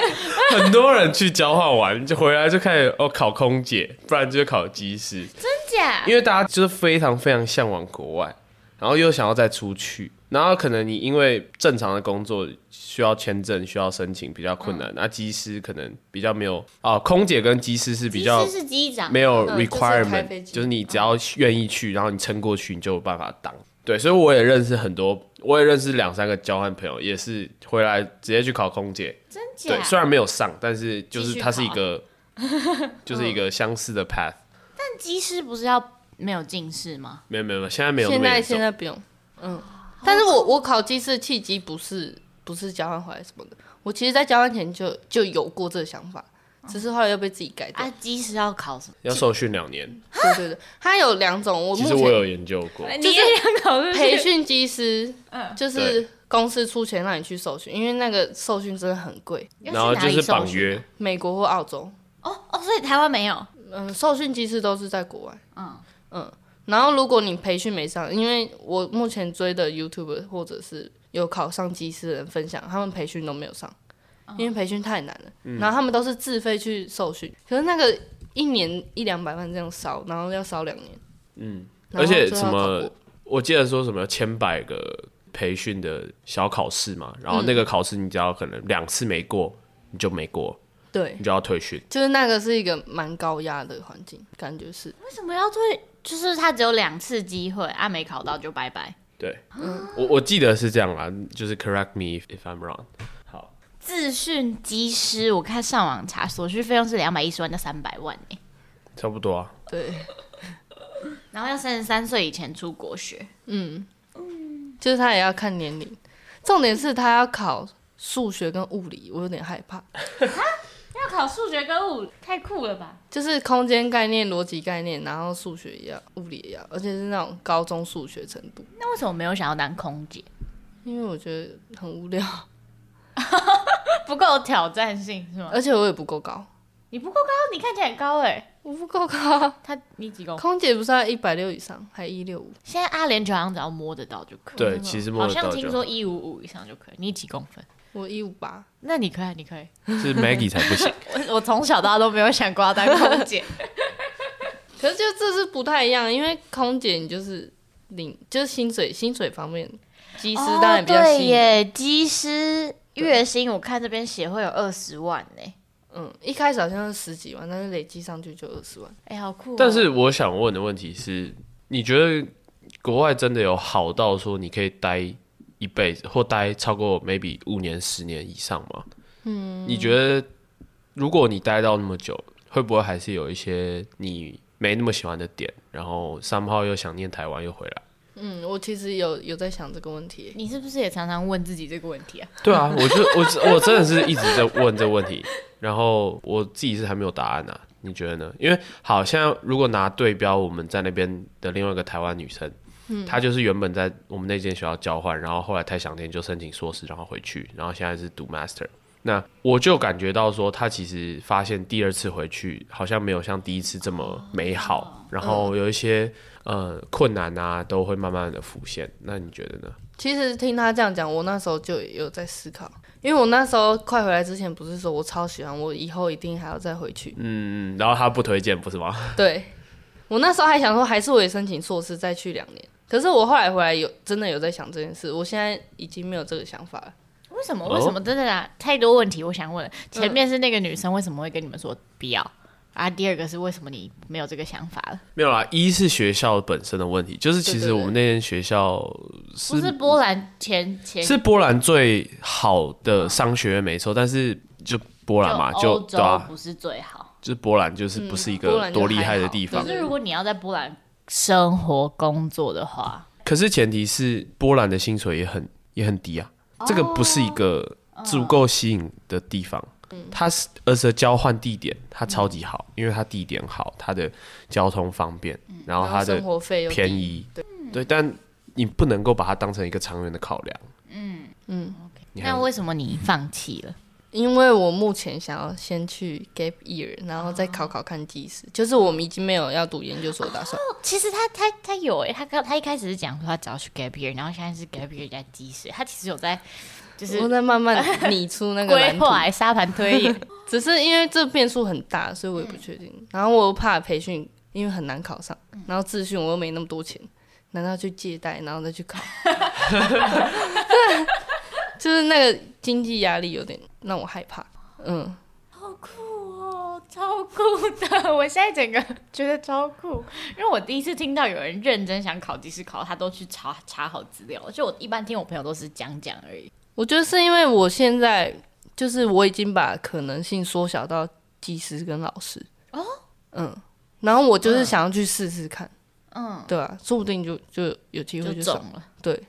S2: 很多人去交换完就回来就开始哦考空姐，不然就是考机师，
S1: [laughs] 真假？
S2: 因为大家就是非常非常向往国外，然后又想要再出去，然后可能你因为正常的工作需要签证、需要申请比较困难，那机师可能比较没有啊，空姐跟机师是比较
S1: 其实是机长，
S2: 没有
S3: 嗯就是开
S2: requirement，、
S3: 飞机嗯
S2: 就是你只要愿意去，然后你撑过去，你就有办法当。对，所以我也认识很多，我也认识两三个交换朋友，也是回来直接去考空姐。
S1: 真假
S2: 对，？虽然没有上，但是就
S1: 继
S2: 是
S1: 续
S2: 它是一
S1: 考
S3: [laughs]
S2: 个，就是一
S3: 嗯
S2: 个相似的 path。
S1: 但机师不是要没有近视吗？
S2: 没有没有没有，现在没有那
S3: 现
S2: 么
S3: 在
S2: 严重
S3: 现在不用，嗯，但是我我考机师的契机不是不是交换回来什么的，我其实在交换前就就有过这个想法，只是后来又被自己改掉。
S1: 啊，鸡是要考什么？
S2: 要受训两年。
S3: 对对对，它有两种，我
S2: 其
S3: 目
S2: 实
S3: 前哎
S2: 我有研究过，
S4: 你也想考虑
S3: 培训机师，
S4: 嗯
S3: 就是公司出钱让你去受训，因为那个受训真的很贵，
S2: 然后就是绑约，
S3: 美国或澳洲，
S1: 哦哦，所以台湾没有
S3: 嗯，受训机师都是在国外，嗯嗯。然后如果你培训没上，因为我目前追的 YouTube 或者是有考上机师的人分享，他们培训都没有上，因为培训太难了。
S2: 嗯
S3: 然后他们都是自费去受训，可是那个一年一两百万这样烧，然后要烧两年，嗯，
S2: 而且什么，我记得说什么千百个培训的小考试嘛，然后
S3: 嗯
S2: 那个考试你只要可能两次没过，你就没过，
S3: 对
S2: 你，就要退训。
S3: 就是那个是一个蛮高压的环境，感觉是。
S1: 为什么要退？就是他只有两次机会，啊，没考到就拜拜，
S2: 对，我我记得是这样啦，就是 correct me if, if I'm wrong。好，
S1: 自训机师，我看上网查，所需费用是两百一十万到三百万、欸、
S2: 差不多啊。
S3: 对，
S1: 然后要三十三岁以前出国学，
S3: 嗯就是他也要看年龄，重点是他要考数学跟物理，我有点害怕。
S4: 要考数学跟物，太酷了吧？
S3: 就是空间概念、逻辑概念，然后数学也要，物理也要，而且是那种高中数学程度。
S1: 那为什么没有想要当空姐？ [laughs]
S3: 因为我觉得很 [laughs] 无聊，
S1: 不够有挑战性是吗？
S3: 而且我也不够高，
S1: 你不够高，你看起来很高哎、
S3: 我不够高。
S1: 他你几公？
S3: [laughs] 空姐不是要一百六以上，还一六五？
S1: 现在阿联酋好像只要摸得到就可以，
S2: 对，其实摸
S1: 好
S2: 得
S1: 像
S2: 到
S1: 听
S2: 就好
S1: 说一五五以上就可以。你几公分？
S3: 我一五八，
S1: 那你可以，你可以。
S2: 是 Maggie 才
S1: [laughs]
S2: 不行。
S1: 我我从小到大都没有想过要当空 [laughs] 姐，
S3: 可是就这是不太一样，因为空姐你就是领，就是薪水，薪水方面，
S1: 机
S3: 机师当然比较
S1: 哦对
S3: 吸引。
S1: 耶，机师月薪我看这边协会有二十万呢、
S3: 嗯，一开始好像是十几万，但是累积上去就二十万。
S1: 哎、好酷哦、
S2: 但是我想问的问题是，你觉得国外真的有好到说你可以待一辈子，或待超过 maybe 五年、十年以上吗？嗯，你觉得如果你待到那么久，会不会还是有一些你没那么喜欢的点，然后 somehow 又想念台湾又回来？
S3: 嗯，我其实有有在想这个问题，
S1: 你是不是也常常问自己这个问题啊？
S2: [laughs] 对啊，我就我我真的是一直在问这问题，然后我自己是还没有答案呢、啊。你觉得呢？因为好像如果拿对标我们在那边的另外一个台湾女生，她就是原本在我们那间学校交换，然后后来太想念就申请硕士，然后回去，然后现在是读 master。那我就感觉到说，她其实发现第二次回去好像没有像第一次这么美好，然后有一些呃困难啊都会慢慢的浮现。那你觉得呢？
S3: 其实听他这样讲，我那时候就有在思考，因为我那时候快回来之前，不是说我超喜欢，我以后一定还要再回去。
S2: 嗯，然后她不推荐不是吗？
S3: 对我那时候还想说，还是我也申请硕士再去两年。可是我后来回来有真的有在想这件事，我现在已经没有这个想法了。
S1: 为什么？
S2: 哦嗯
S1: 为什么？真的啊，太多问题我想问了。前面是那个女生为什么会跟你们说不要啊？第二个是为什么你没有这个想法了？
S2: 没有啦，一是学校本身的问题，就是其
S3: 对对
S2: 实
S3: 对
S2: 我们那间学校
S1: 不
S2: 是
S1: 是波兰前前
S2: 是波兰最好的商学院没错，但是就波兰嘛，就
S1: 欧
S2: 对
S1: 洲
S2: 啊，
S1: 不是最好。
S2: 就是波兰就是不是一
S3: 嗯波
S2: 个
S3: 兰就
S2: 多厉害的
S3: 还好
S2: 地
S3: 对
S2: 方
S1: 可，是如果你要在波兰生活工作的话，
S2: 可是前提是波兰的薪水也很也很低啊，
S3: 哦
S2: 这个不是一个足够吸引的地方。
S3: 嗯
S2: 它是而且交换地点它超级好，因为它地点好，它的交通方便，然后
S3: 嗯然
S2: 它
S3: 后
S2: 哦的
S3: 生活费又低
S2: 便，宜，对但你不能够把它当成一个长远的考量。
S3: 嗯，
S2: 你还
S1: 那为什么你放弃了？
S3: 因为我目前想要先去 gap year，然后再考考看技师，就是我们已经没有要读研究所的打算。
S2: 哦
S1: 其实他他他有诶、他刚他一开始是讲说他只要去 gap year，然后现在是 gap year 加基石，他其实有在就是
S3: 我在
S2: [laughs]
S3: 慢慢拟出那个蓝
S1: 规
S3: 图，
S1: 划沙盘推演。
S3: 只是因为这变数很大，所以我也不确定。
S1: 嗯
S3: 然后我又怕培训，因为很难考上，然后自训我又没那么多钱，难道去借贷，然后再去
S1: [laughs]
S3: 考？ [laughs] 就是那个经济压力有点让我害怕。嗯，
S4: 好酷哦！
S1: 超酷的！我现在整个觉得超酷，因为我第一次听到有人认真想考技师考，他都去查查好资料。就我一般听我朋友都是讲讲而已。
S3: 我觉得是因为我现在就是我已经把可能性缩小到技师跟老师。哦，嗯，然后我就是想要去试试看，
S1: 嗯，
S3: 对啊，说不定就就有机会
S1: 就
S3: 就
S1: 中
S3: 上。
S1: 了。
S3: 对，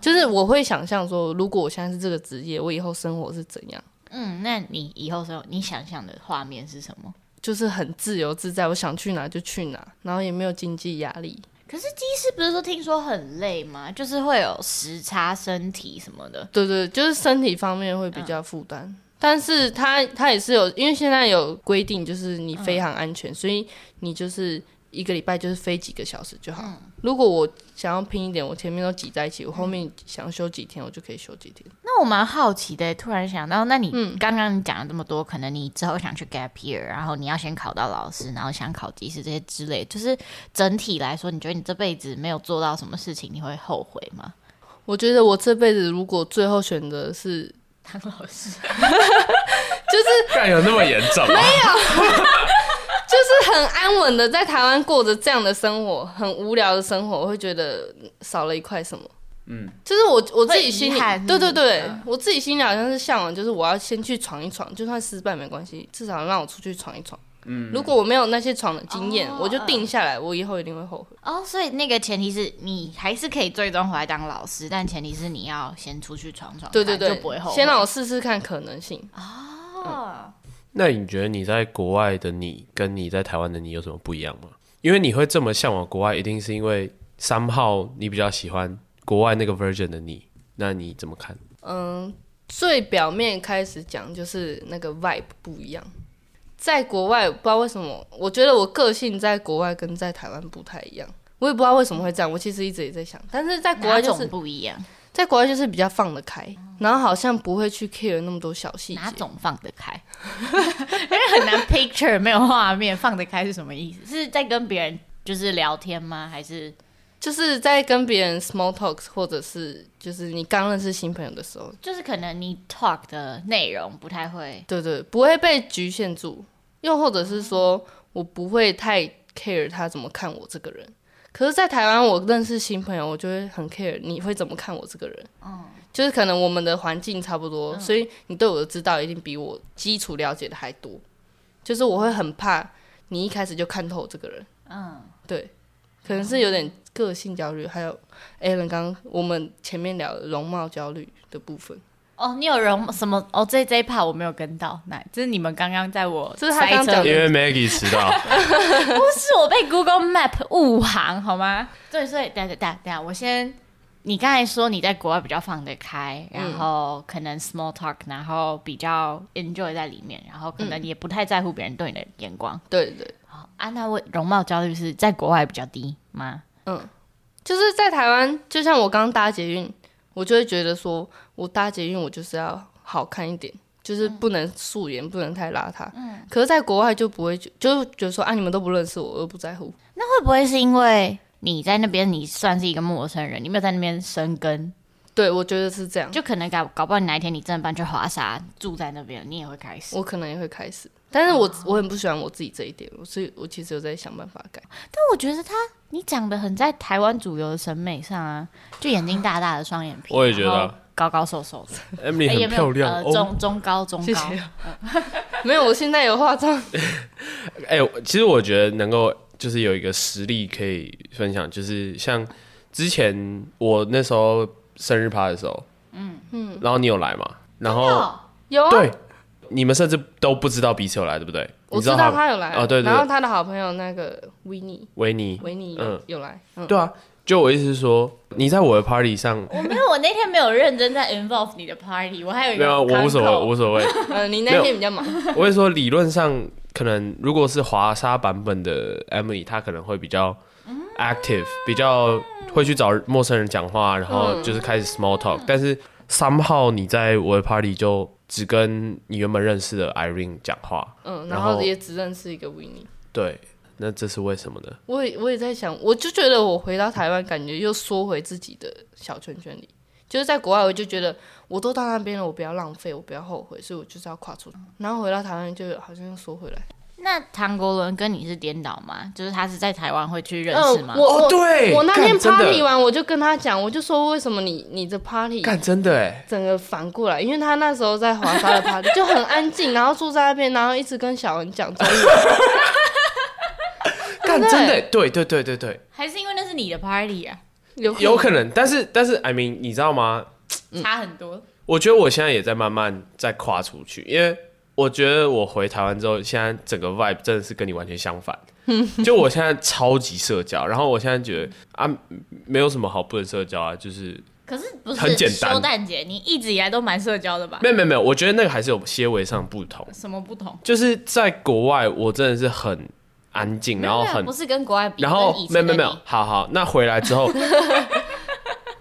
S3: 就是我会想象说，如果我现在是这个职业，我以后生活是怎样，
S1: 嗯，那你以后说你想象的画面是什么？
S3: 就是很自由自在，我想去哪就去哪，然后也没有经济压力。
S1: 可是机师不是说听说很累吗？就是会有时差、身体什么的。
S3: 对对，就是身体方面会比较负担。但是它它也是有，因为现在有规定，就是你飞航安全，所以你就是一个礼拜就是飞几个小时就好。如果我想要拼一点，我前面都挤在一起，我后面想休几天，我就可以休几天。
S1: 那我蛮好奇的，突然想到，那你刚刚你讲了这么多，可能你之后想去 gap year，然后你要先考到老师，然后想考技师这些之类，就是整体来说，你觉得你这辈子没有做到什么事情，你会后悔吗？
S3: 我觉得我这辈子如果最后选择是
S1: 当老师，
S2: [laughs] 干有那么严重啊吗？
S3: 就是很安稳的在台湾过着这样的生活，很无聊的生活，我会觉得少了一块什么。嗯，就是我我自己心
S1: 会
S3: 里
S1: 遗憾，
S3: 对对对，
S1: 嗯
S3: 我自己心里好像是向往，就是我要先去闯一闯，就算失败没关系，至少让我出去闯一闯。嗯，如果我没有那些闯的经验，
S1: 哦
S3: 我就定下来，我以后一定会后悔。
S1: 哦，所以那个前提是你还是可以最终回来当老师，但前提是你要先出去闯闯看，
S3: 对对
S1: 就
S3: 对
S1: 不会后，悔。
S3: 先让我试试看可能性。
S1: 哦，
S2: 那你觉得你在国外的你跟你在台湾的你有什么不一样吗？因为你会这么向往国外，一定是因为三号你比较喜欢国外那个 version 的你，那你怎么看？
S3: 嗯，最表面开始讲就是那个 vibe 不一样。在国外不知道为什么，我觉得我个性在国外跟在台湾不太一样，我也不知道为什么会这样。我其实一直也在想，但是在国
S1: 哪
S3: 外就
S1: 种
S3: 是
S1: 不一样？
S3: 在国外就是比较放得开，然后好像不会去 care 那么多小细节
S1: 哪。种放得开？ [laughs] 因为很难 picture 没有画面，放得开是什么意思？是在跟别人就是聊天吗？还是
S3: 就是在跟别人 small talk，或者是就是你刚认识新朋友的时候，
S1: 就是可能你 talk 的内容不太会？
S3: 对对，不会被局限住，又或者是说我不会太 care 他怎么看我这个人。可是，在台湾，我认识新朋友，我就会很 care 你会怎么看我这个人。就是可能我们的环境差不多，所以你对我的知道一定比我基础了解的还多。就是我会很怕你一开始就看透我这个人。
S1: 嗯，
S3: 对，可能是有点个性焦虑，还有 Alan 刚刚我们前面聊的容貌焦虑的部分。
S1: 哦，你有容什么？哦，这这一 part 我没有跟到，那这是你们刚刚在我
S3: 这是他刚
S1: 塞车
S3: 讲
S2: [laughs] 因
S3: 的
S2: 为 Maggie 迟 [laughs] 到，
S1: 不是我被 Google Map 误航好吗？对，所以等等等等，我先，你刚才说你在国外比较放得开，然
S3: 嗯
S1: 后可能 small talk，然后比较 enjoy 在里面，然后可能也不太在乎别人对你的眼光。
S3: 对对，
S1: 好啊，那我容貌焦虑是在国外比较低吗？
S3: 嗯，就是在台湾，就像我刚搭捷运，我就会觉得说，我搭捷运我就是要好看一点，就是不能素颜，不能太邋遢。嗯，可是在国外就不会觉，就觉得说啊，你们都不认识我，我又不在乎。
S1: 那会不会是因为你在那边，你算是一个陌生人，你没有在那边生根，
S3: 对，我觉得是这样，
S1: 就可能搞搞不好你哪一天你真的搬去华沙住在那边，你也会开始。
S3: 我可能也会开始，但是我、我很不喜欢我自己这一点，所以我其实有在想办法改。
S1: 但我觉得他你长得很在台湾主流的审美上啊，就眼睛大大的双眼皮，
S2: 我也觉得啊
S1: 然后高高瘦瘦的，
S2: Emily
S1: 哎也
S2: 很
S1: 没有
S2: 漂亮
S1: 呃、
S2: 哦。
S1: 中中高中高，
S3: 谢谢。 [laughs] 没有，我现在有化妆。
S2: 哎、其实我觉得能够就是有一个实例可以分享，就是像之前我那时候生日趴的时候，嗯嗯，然后你有来嘛？然后、
S3: [laughs]
S1: 哦
S3: 有啊，
S2: 对，你们甚至都不知道彼此有来，对不对？
S3: 我
S2: 你
S3: 知道
S2: 他
S3: 他有来
S2: 哦对对对
S3: 然后他的好朋友那个维尼，
S2: 维尼，
S3: 维尼
S2: 嗯
S3: 有来，嗯，
S2: 对啊，就我意思是说，你在我的 party
S3: [laughs]
S2: 上，
S1: 我没有，我那天没有认真在 involve 你的 party，我还有一个
S2: 没有，啊我无所谓，
S1: 堂口
S2: 无所谓。
S3: 呃，你
S2: 没
S3: 那
S2: 有
S3: 天比较忙，
S2: 我会说，理论上可能如果是华沙版本的 Emily，她可能会比较
S3: 嗯
S2: active，比较会去找陌生人讲话，然后就是开始 small talk、但
S3: 嗯
S2: 是 somehow 你在我的 party 就只跟你原本认识的 Irene 讲话，
S3: 嗯，
S2: 然
S3: 然
S2: 后
S3: 后也只认识一个维尼。
S2: 对，那这是为什么呢？
S3: 我也我也在想，我就觉得我回到台湾，感觉又缩回自己的小圈圈里。就是在国外，我就觉得我都到那边了，我不要浪费，我不要后悔，所以我就是要跨出去。然后回到台湾，就好像又缩回来。
S1: 那唐国伦跟你是颠倒吗？就是他是在台湾会去认识吗？
S3: 嗯，我
S2: 哦
S3: 我
S2: 对
S3: 我那
S2: 干
S3: 天
S2: 真的
S3: party 完，我就跟他讲，我就说为什么你你的 party
S2: 干真的哎，
S3: 整个反过来，因为他那时候在华沙的 party 就很安静，然后住在那边，然后一直跟小文
S2: [laughs]
S3: 讲中文。
S2: 干真的欸，对对对对对，
S1: 还是因为那是你的 party 啊？
S3: 有
S2: 有可能，但是但是，I mean，你知道吗？
S1: 嗯
S4: 差很多。
S2: 我觉得我现在也在慢慢在跨出去，因为我觉得我回台湾之后，现在整个 vibe 真的是跟你完全相反。就我现在超级社交，然后我现在觉得啊，没有什么好不能社交啊，就是
S1: 可是不是
S2: 很简单
S1: 修蛋姐，你一直以来都蛮社交的吧？
S2: 没有没有没有，我觉得那个还是有些微上不同。
S4: 什么不同？
S2: 就是在国外，我真的是很安静，然后
S1: 没有
S2: 很
S1: 不是跟国外比，
S2: 然后
S1: 跟以前
S2: 没有没有没
S1: 的
S2: 有
S1: 你，，
S2: 好好，那回来
S1: [laughs]
S2: 之后，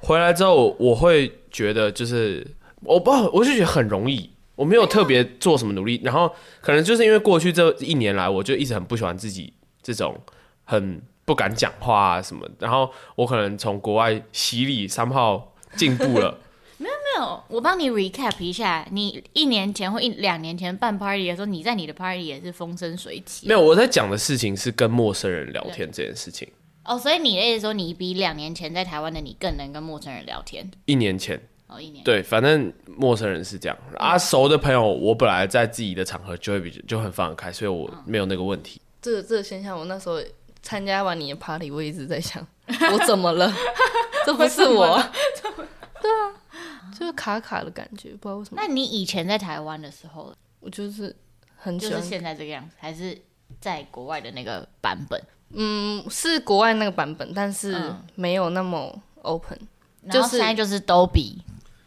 S2: 回来之后我会觉得就是我不知道，我就觉得很容易，我没有特别做什么努
S1: 嗯
S2: 力，然后可能就是因为过去这一年来，我就一直很不喜欢自己这种很不敢讲话啊什么，然后我可能从国外洗礼三号进步
S1: [laughs]
S2: 了，
S1: 没有，我帮你 recap 一下，你一年前或一两年前办 party 的时候，你在你的 party 也是风生水起。
S2: 没有，我在讲的事情是跟陌生人聊天这件事情，
S1: 哦，所以你的意思说，你比两年前在台湾的你更能跟陌生人聊天？
S2: 一年前。
S1: 哦，一年
S2: 对，反正陌生人是这样啊，熟的朋友，我本来在自己的场合就会比就很放得开，所以我没有那个问题。
S3: 这个这个现象，我那时候参加完你的 party，我一直在想，我怎么
S1: [laughs]
S3: 了？这不是我， [laughs] 对啊，啊就是卡卡的感觉，不知道为什么，
S1: 那你以前在台湾的时候，
S3: 我就是很
S1: 就
S3: 喜
S1: 是
S3: 欢，
S1: 现在这个样子，还是在国外的那个版本？
S3: 嗯，是国外那个版本，但是
S1: 嗯
S3: 没有那么 open。
S1: 然后
S3: 就是
S1: 现在就是都比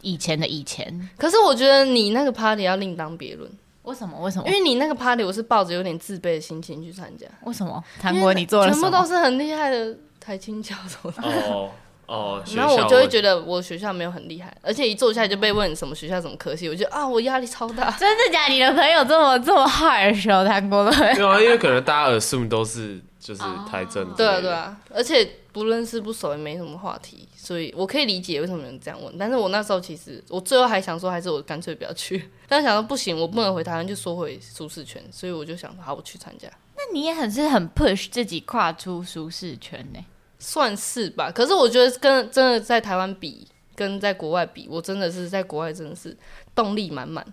S1: 以前的以前，
S3: 可是我觉得你那个 party 要另当别论，
S1: 为什么？为什么
S3: 因？为你那个 party 我是抱着有点自卑的心情去参加。
S1: 为什么？韩国你做了什
S3: 全部
S1: 么？
S3: 都是很厉害的台青教什么的。
S2: 哦
S3: [laughs]
S2: 哦，
S3: 然后我就会觉得我学校没有很厉害，而且一坐下来就被问什么学校什么科系，我就啊，我压力超
S2: [laughs]
S3: 大。
S1: [laughs] 真的假的？你的朋友这么这么 harsh 哦，韩国的朋友
S2: 没有啊，因为可能大家 assume 都是就是台政之
S3: 对
S2: 类
S3: 啊，
S2: 的，
S3: 对啊，而且不认识不熟也没什么话题，所以我可以理解为什么有人这样问。但是我那时候其实我最后还想说，还是我干脆不要去。 [laughs] 但想到不行，我不能回台湾，就缩回舒适圈，所以我就想，好，我去参加，
S1: 那你也很是很 push 自己跨出舒适圈呢、
S3: 算是吧。可是我觉得跟真的在台湾比，跟在国外比，我真的是在国外真的是动力满满。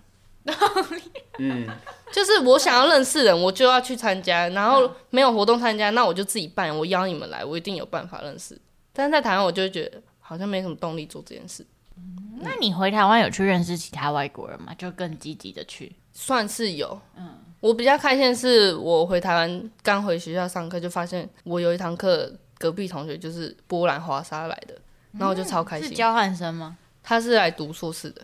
S2: 嗯，
S3: 就是我想要认识人，我就要去参加，然后没有活动参加，那我就自己办，我邀你们来，我一定有办法认识。但是在台湾，我就会觉得好像没什么动力做这件事，
S1: 那你回台湾有去认识其他外国人吗？就更积极的去。
S3: 算是有。我比较开心的是，我回台湾刚回学校上课，就发现我有一堂课隔壁同学就是波兰华沙来的，然后我就超开
S1: 是
S3: 心。
S1: 交换生吗？
S3: 他是来读硕士的，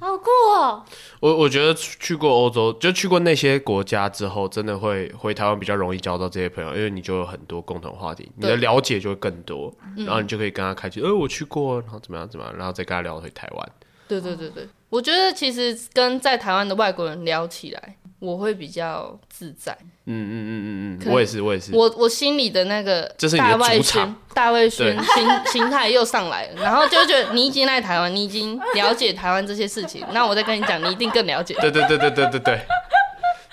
S4: 好酷哦！
S2: 我我觉得去去过欧洲，就去过那些国家之后，真的会回台湾比较容易交到这些朋友，因为你就有很多共同话题，你的
S3: 对嗯
S2: 了解就会更多，然后你就可以跟他开启，呃，我去过，然后怎么样怎么样，然后再跟他聊回台湾。
S3: 对对对
S2: 哦
S3: 对，我觉得其实跟在台湾的外国人聊起来，我会比较自在。
S2: 嗯嗯嗯嗯
S3: 可
S2: 嗯，
S3: 能
S2: 我也是，我也是。
S3: 我我心里的那个
S2: 这是你的
S3: 大外
S2: 主
S3: 宣
S2: 场，
S3: 大外宣
S2: 对
S3: 心 [laughs] 心态又上来了，然后就觉得你已经来台湾，你已经了解台湾这些事情，那我再跟你讲，你一定更了解。
S2: 对对对对对对对。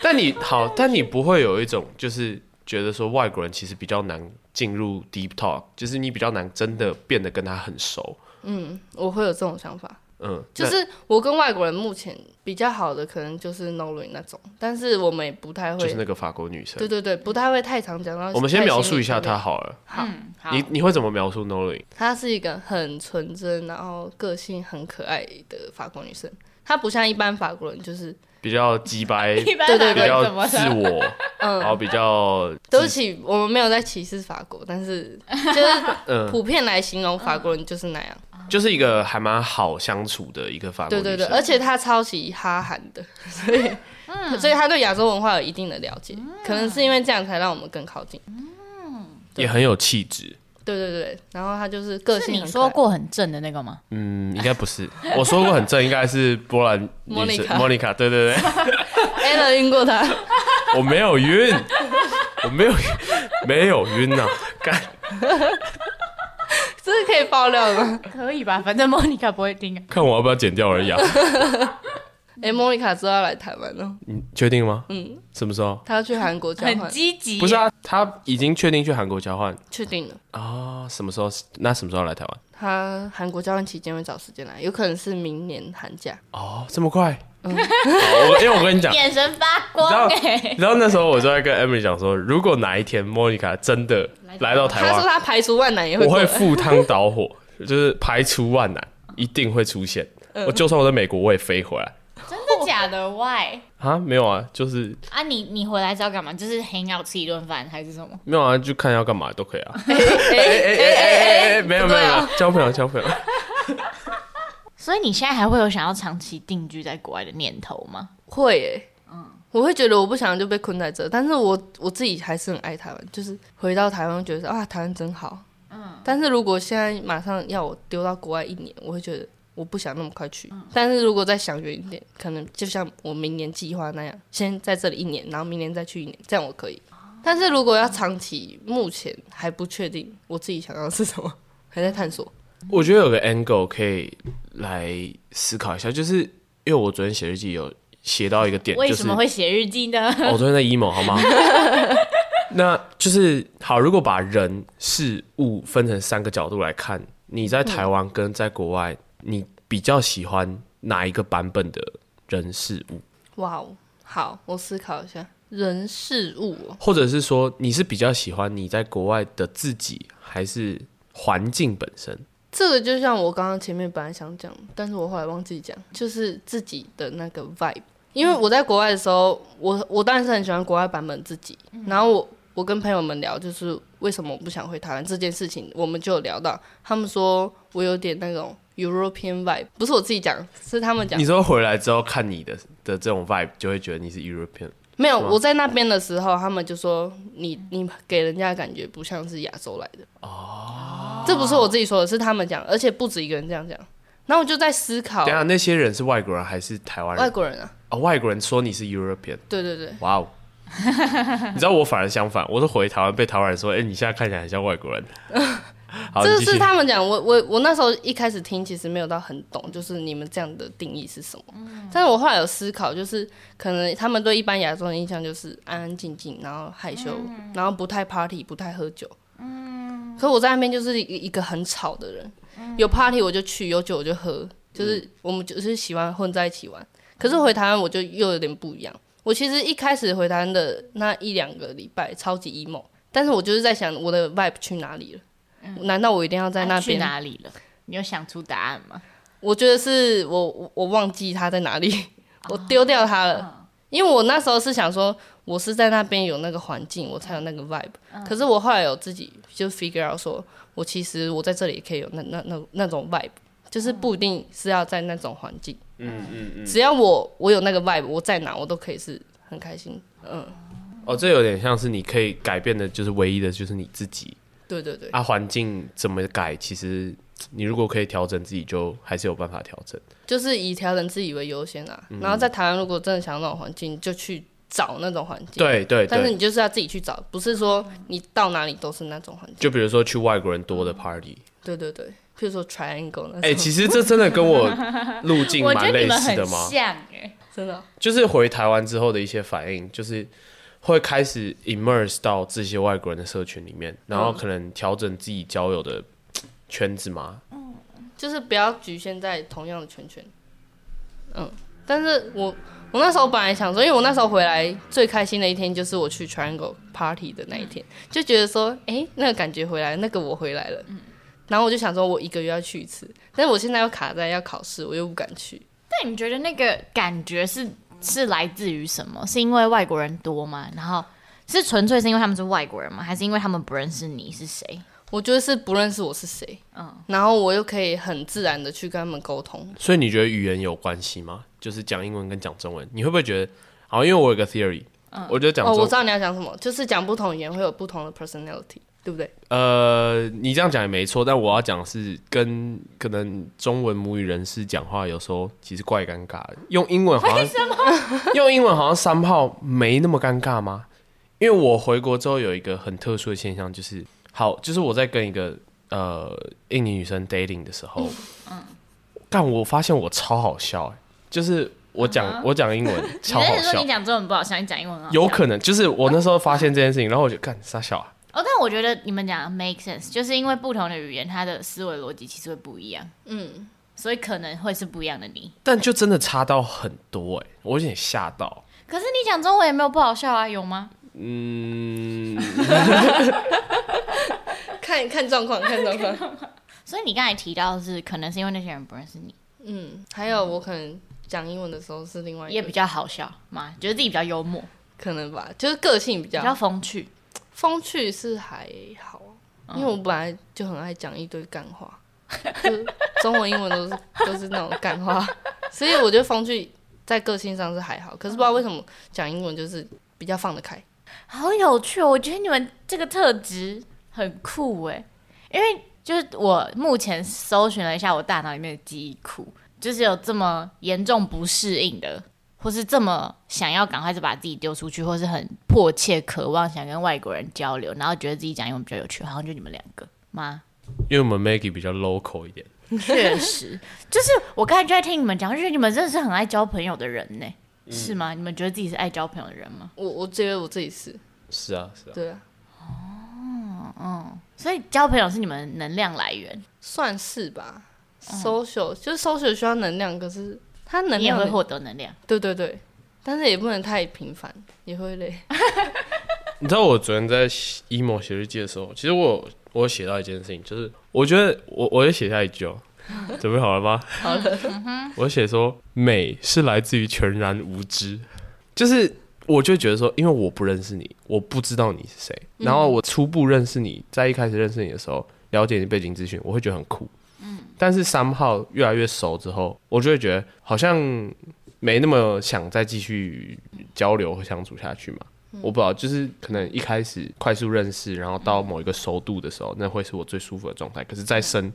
S2: 但你好，但你不会有一种就是觉得说外国人其实比较难进入 deep talk，就是你比较难真的变得跟他很熟。
S3: 嗯我会有这种想法，
S2: 嗯，
S3: 就是我跟外国人目前比较好的可能就是 Nolan 那种，但是我们也不太
S2: 那
S3: 会，
S2: 就是那个法国女
S3: 对
S2: 生。
S3: 对对，不太会太常讲到。
S2: 我们先描述一下她，好了，
S3: 好，
S1: 嗯，好 [laughs]
S2: 你你会怎么描述 Nolan？
S3: 她是一个很纯真，然后个性很可爱的法国女生，她不像一般法国人，就是
S2: 比较鸡
S3: [laughs]
S2: 掰，
S4: 一
S2: 比
S4: 般
S3: 对对
S4: 法国人怎
S2: 较
S4: 么
S2: 自
S4: 了？
S2: 我，
S3: [laughs] 嗯
S2: 然。后比较
S3: 对不起，我们没有在歧视法国，但是就是
S2: 嗯，
S3: 普遍来形容法国人就是那样。
S2: 就是一个还蛮好相处的一个嗯法国
S3: 对
S2: 女
S3: 对
S2: 生。
S3: 对，而且他抄袭哈韩的， [laughs] 所以、所以他对亚洲文化有一定的了解，可能是因为这样才让我们更靠近。
S2: 也很有气质。
S3: 对对对，然后他就是个
S1: 是
S3: 性
S1: 你
S3: 很
S1: 说
S3: 可爱，
S1: 过很正的那个吗？
S2: 嗯，应该不是。我说过很正，应该是波兰
S3: [laughs]
S2: 女生
S3: Monica
S2: Monica。对对对。
S3: a l a 晕过他，
S2: [laughs] 我没有晕，我没有没有晕呐、干
S3: 这是可以爆料的吗？
S1: 可以吧，反正莫妮卡不会听、啊。
S2: 看我要不要剪掉而已啊？
S3: 哎、莫妮卡知道要来台湾了，
S2: 你确定吗？
S3: 嗯，
S2: 什么时候？
S3: 她要去韩国交
S1: 很
S3: 换，
S1: 积极，
S2: 不是，啊，他已经确定去韩国交换
S3: 确定了。哦
S2: 啊、什么时候？那什么时候来台湾？
S3: 她韩国交换期间会找时间来，有可能是明年寒假。
S2: 哦，这么快？
S3: 嗯
S2: 我因为我跟
S3: [laughs]
S2: 你讲，
S1: 眼神发光
S2: 你知道
S1: 哎、
S2: 然后那时候我就在跟 Emily 讲说，如果哪一天 Monica 真的来到台
S3: 他说
S2: 湾，
S3: 他排除万难也会
S2: 我
S3: 过
S2: 会
S3: 来，
S2: 赴汤蹈火， [laughs] 就是排除万难，一定会出现。
S3: 嗯
S2: 我就算我在美国，我也飞回来
S1: [laughs] 真的假的？Why
S2: 啊？没有啊，就是
S1: 啊你？你回来是要干嘛？就是 hang out 吃一顿饭还是什么？
S2: 没有啊，就看要干嘛都可以啊。
S3: 哎哎
S2: 哎哎哎哎，
S3: 哎
S2: 没有
S3: 不
S2: 没
S3: 对
S2: 有没有
S3: 啊，
S2: 交朋友交朋友。
S1: 所以你现在还会有想要长期定居在国外的念头吗？
S3: 会耶，我会觉得我不想就被困在这，但是我我自己还是很爱台湾，就是回到台湾觉得啊，台湾真好，嗯，但是如果现在马上要我丢到国外一年，我会觉得我不想那么快去，但是如果再想远一点，可能就像我明年计划那样，先在这里一年，然后明年再去一年，这样我可以。但是如果要长期，目前还不确定我自己想要的是什么，还在探索。
S2: 我觉得有个 angle 可以来思考一下，就是因为我昨天写日记有写到一个点，
S1: 为
S2: 就是
S1: 什么会写日记呢？
S2: 哦我昨天在 emo 好吗？那就是好，如果把人事物分成三个角度来看，你在台湾跟在国外，你比较喜欢哪一个版本的人事物，
S3: 哇哦，好，我思考一下人事物哦、
S2: 或者是说你是比较喜欢你在国外的自己，还是环境本身？
S3: 这个就像我刚刚前面本来想讲，但是我后来忘记讲，就是自己的那个 vibe。因为我在国外的时候，我我当然是很喜欢国外版本自己。然后我我跟朋友们聊，就是为什么我不想回台湾这件事情，我们就有聊到，他们说我有点那种 European vibe，不是我自己讲，是他们讲
S2: 你。说回来之后看你的的这种 vibe，就会觉得你是 European。
S3: 没有，
S2: 吗
S3: 我在那边的时候，他们就说你你给人家的感觉不像是亚洲来的。哦，这不是我自己说的，是他们讲，而且不止一个人这样讲。然后我就在思考
S2: 等一，下那些人是外国人还是台湾人
S3: 哦外？国人啊，
S2: 啊、外国人说你是 European。
S3: 对对对， [laughs]
S2: 哇哦！你知道我反而相反，我是回台湾被台湾人说：“哎、你现在看起来很像外国
S3: [laughs]
S2: 人。”好，
S3: 这
S2: 你继
S3: 是
S2: 续。
S3: 他们讲，我我我那时候一开始听，其实没有到很懂，就是你们这样的定义是什么。但是我后来有思考，就是可能他们对一般亚洲人的印象就是安安静静，然后害羞，然后不太 party，不太喝酒。可我在那边就是一一个很吵的人，有 party 我就去，有酒我就喝，就是
S1: 嗯
S3: 我们就是喜欢混在一起玩。可是回台湾我就又有点不一样。我其实一开始回台湾的那一两个礼拜超级 emo，但是我就是在想我的 vibe 去哪里了。难道我一定要在那
S1: 嗯啊去
S3: 边？
S1: 哪里了？你有想出答案吗？
S3: 我觉得是我我我忘记它在哪里，我丢掉它了。因为我那时候是想说，我是在那边有那个环境，我才有那个 vibe、可是我后来有自己就 figure out 说，我其实我在这里也可以有那那那那种 vibe，就是不一定是要在那种环境。嗯嗯嗯。只要我我有那个 vibe，我在哪我都可以是很开心。嗯，
S2: 哦，这有点像是你可以改变的，就是唯一的就是你自己
S3: 对对对。
S2: 啊。环境怎么改，其实你如果可以调整自己，就还是有办法调整。
S3: 就是以调整自己为优先啊。然后在台湾，如果真的想要那种环境，就去找那种环境。
S2: 对对
S3: 但是
S2: 对，
S3: 你就是要自己去找，不是说你到哪里都是那种环境。
S2: 就比如说去外国人
S1: 嗯
S2: 多的 party，
S3: 对对对，譬如说 triangle 那种，
S2: 哎、其实这真的跟
S1: [laughs]
S2: 我路径
S1: 我觉
S2: 蛮
S1: 得你
S2: 类
S1: 们
S2: 似
S1: 很
S2: 的吗？
S1: 像哎、
S3: 真的
S2: 就是回台湾之后的一些反应，就是会开始 immerse 到这些外国人的社群里面，然后可能调整自己交友的圈子嘛。
S3: 就是不要局限在同样的圈圈。嗯，但是我我那时候本来想说，因为我那时候回来最开心的一天就是我去 triangle party 的那一天，就觉得说，哎、那个感觉回来，那个我回来了。然后我就想说，我一个月要去一次，但是我现在又卡在要考试，我又不敢去。
S1: 那你觉得那个感觉是是来自于什么？是因为外国人多吗？然后是纯粹是因为他们是外国人吗？还是因为他们不认识你是谁？
S3: 我觉得是不认识我是谁，嗯，然后我又可以很自然的去跟他们沟通，
S2: 所以你觉得语言有关系吗？就是讲英文跟讲中文，你会不会觉得？好，因为
S1: 哦
S2: 我有个 theory，、我觉得讲
S3: 哦，
S2: 中
S3: 我知道你要讲什么，就是讲不同语言会有不同的 personality，对不对？
S2: 呃，你这样讲也没错，但我要讲的是跟可能中文母语人士讲话，有时候其实怪尴尬的。用英文好像 [laughs] 用英文好像三号没那么尴尬吗？因为我回国之后有一个很特殊的现象，就是好，就是我在跟一个呃印尼女生 dating 的时候，
S1: 嗯
S2: 但我发现我超好笑、欸，就是我讲、我讲英文
S1: 啊你
S2: 超好
S1: 是说
S2: 笑
S1: 你，讲中文不好笑，你讲英文很好笑
S2: 有可能就是我那时候发现这件事情，然后我就干傻笑、啊。
S1: 哦，但我觉得你们讲的 make sense，就是因为不同的语言，它的思维逻辑其实会不一样。
S3: 嗯，
S1: 所以可能会是不一样的你。
S2: 但就真的差到很多哎、我有点吓到。
S1: 可是你讲中文也没有不好笑啊，有吗？
S2: 嗯，
S3: 看看状况，看
S1: [laughs]
S3: 状况。
S1: 所以你刚才提到的是，可能是因为那些人不认识你，
S3: 嗯，还有我可能讲英文的时候是另外一
S1: 也
S3: 个
S1: 比较好笑嘛，觉得自己比较幽默，
S3: 可能吧，就是个性比
S1: 比
S3: 较
S1: 较风趣。
S3: 风趣是还好啊，
S1: 嗯
S3: 因为我本来就很爱讲一堆干话，就是中文、英文都是都是那种干话，所以我觉得风趣在个性上是还好，可是不知道为什么讲英文就是比较放得开。
S1: 好有趣、哦，我觉得你们这个特质很酷哎，因为就是我目前搜寻了一下我大脑里面的记忆库，就是有这么严重不适应的，或是这么想要赶快就把自己丢出去，或是很迫切渴望想跟外国人交流，然后觉得自己讲英文比较有趣，好像就你们两个吗？
S2: 因为我们 Maggie 比较 local 一点，
S1: 确实，就是我刚才就在听你们讲，就是你们真的是很爱交朋友的人呢，是吗？你们觉得自己是爱交朋友的人吗？
S3: 我我觉得我自己是
S2: 是啊是啊，
S3: 对啊，
S1: 所以交朋友是你们能量来源，
S3: 算是吧。social 就是 social 需要能量，可是它能
S1: 你也
S3: 量
S1: 会获得能量。
S3: 对对对，但是也不能太频繁，也会累。
S2: 你知道我昨天在写 emo 写日记的时候，其实我有我有写到一件事情，就是我觉得我我也写下一句 [laughs] 哦，准备好了嗯吗？好 [laughs] 了，我写说美是来自于全然无知，就是我就会觉得说，因为我不认识你，我不知道你是谁，然后我初步认识你，在一开始认识你的时候，了解你的背景资讯，我会觉得很酷，嗯，但是三号越来越熟之后，我就会觉得好像没那么想再继续交流和相处下去嘛。
S1: 嗯
S2: 我不知道，就是可能一开始快速认识，然后到某一个熟度的时候，那会是我最舒服的状态。可是再深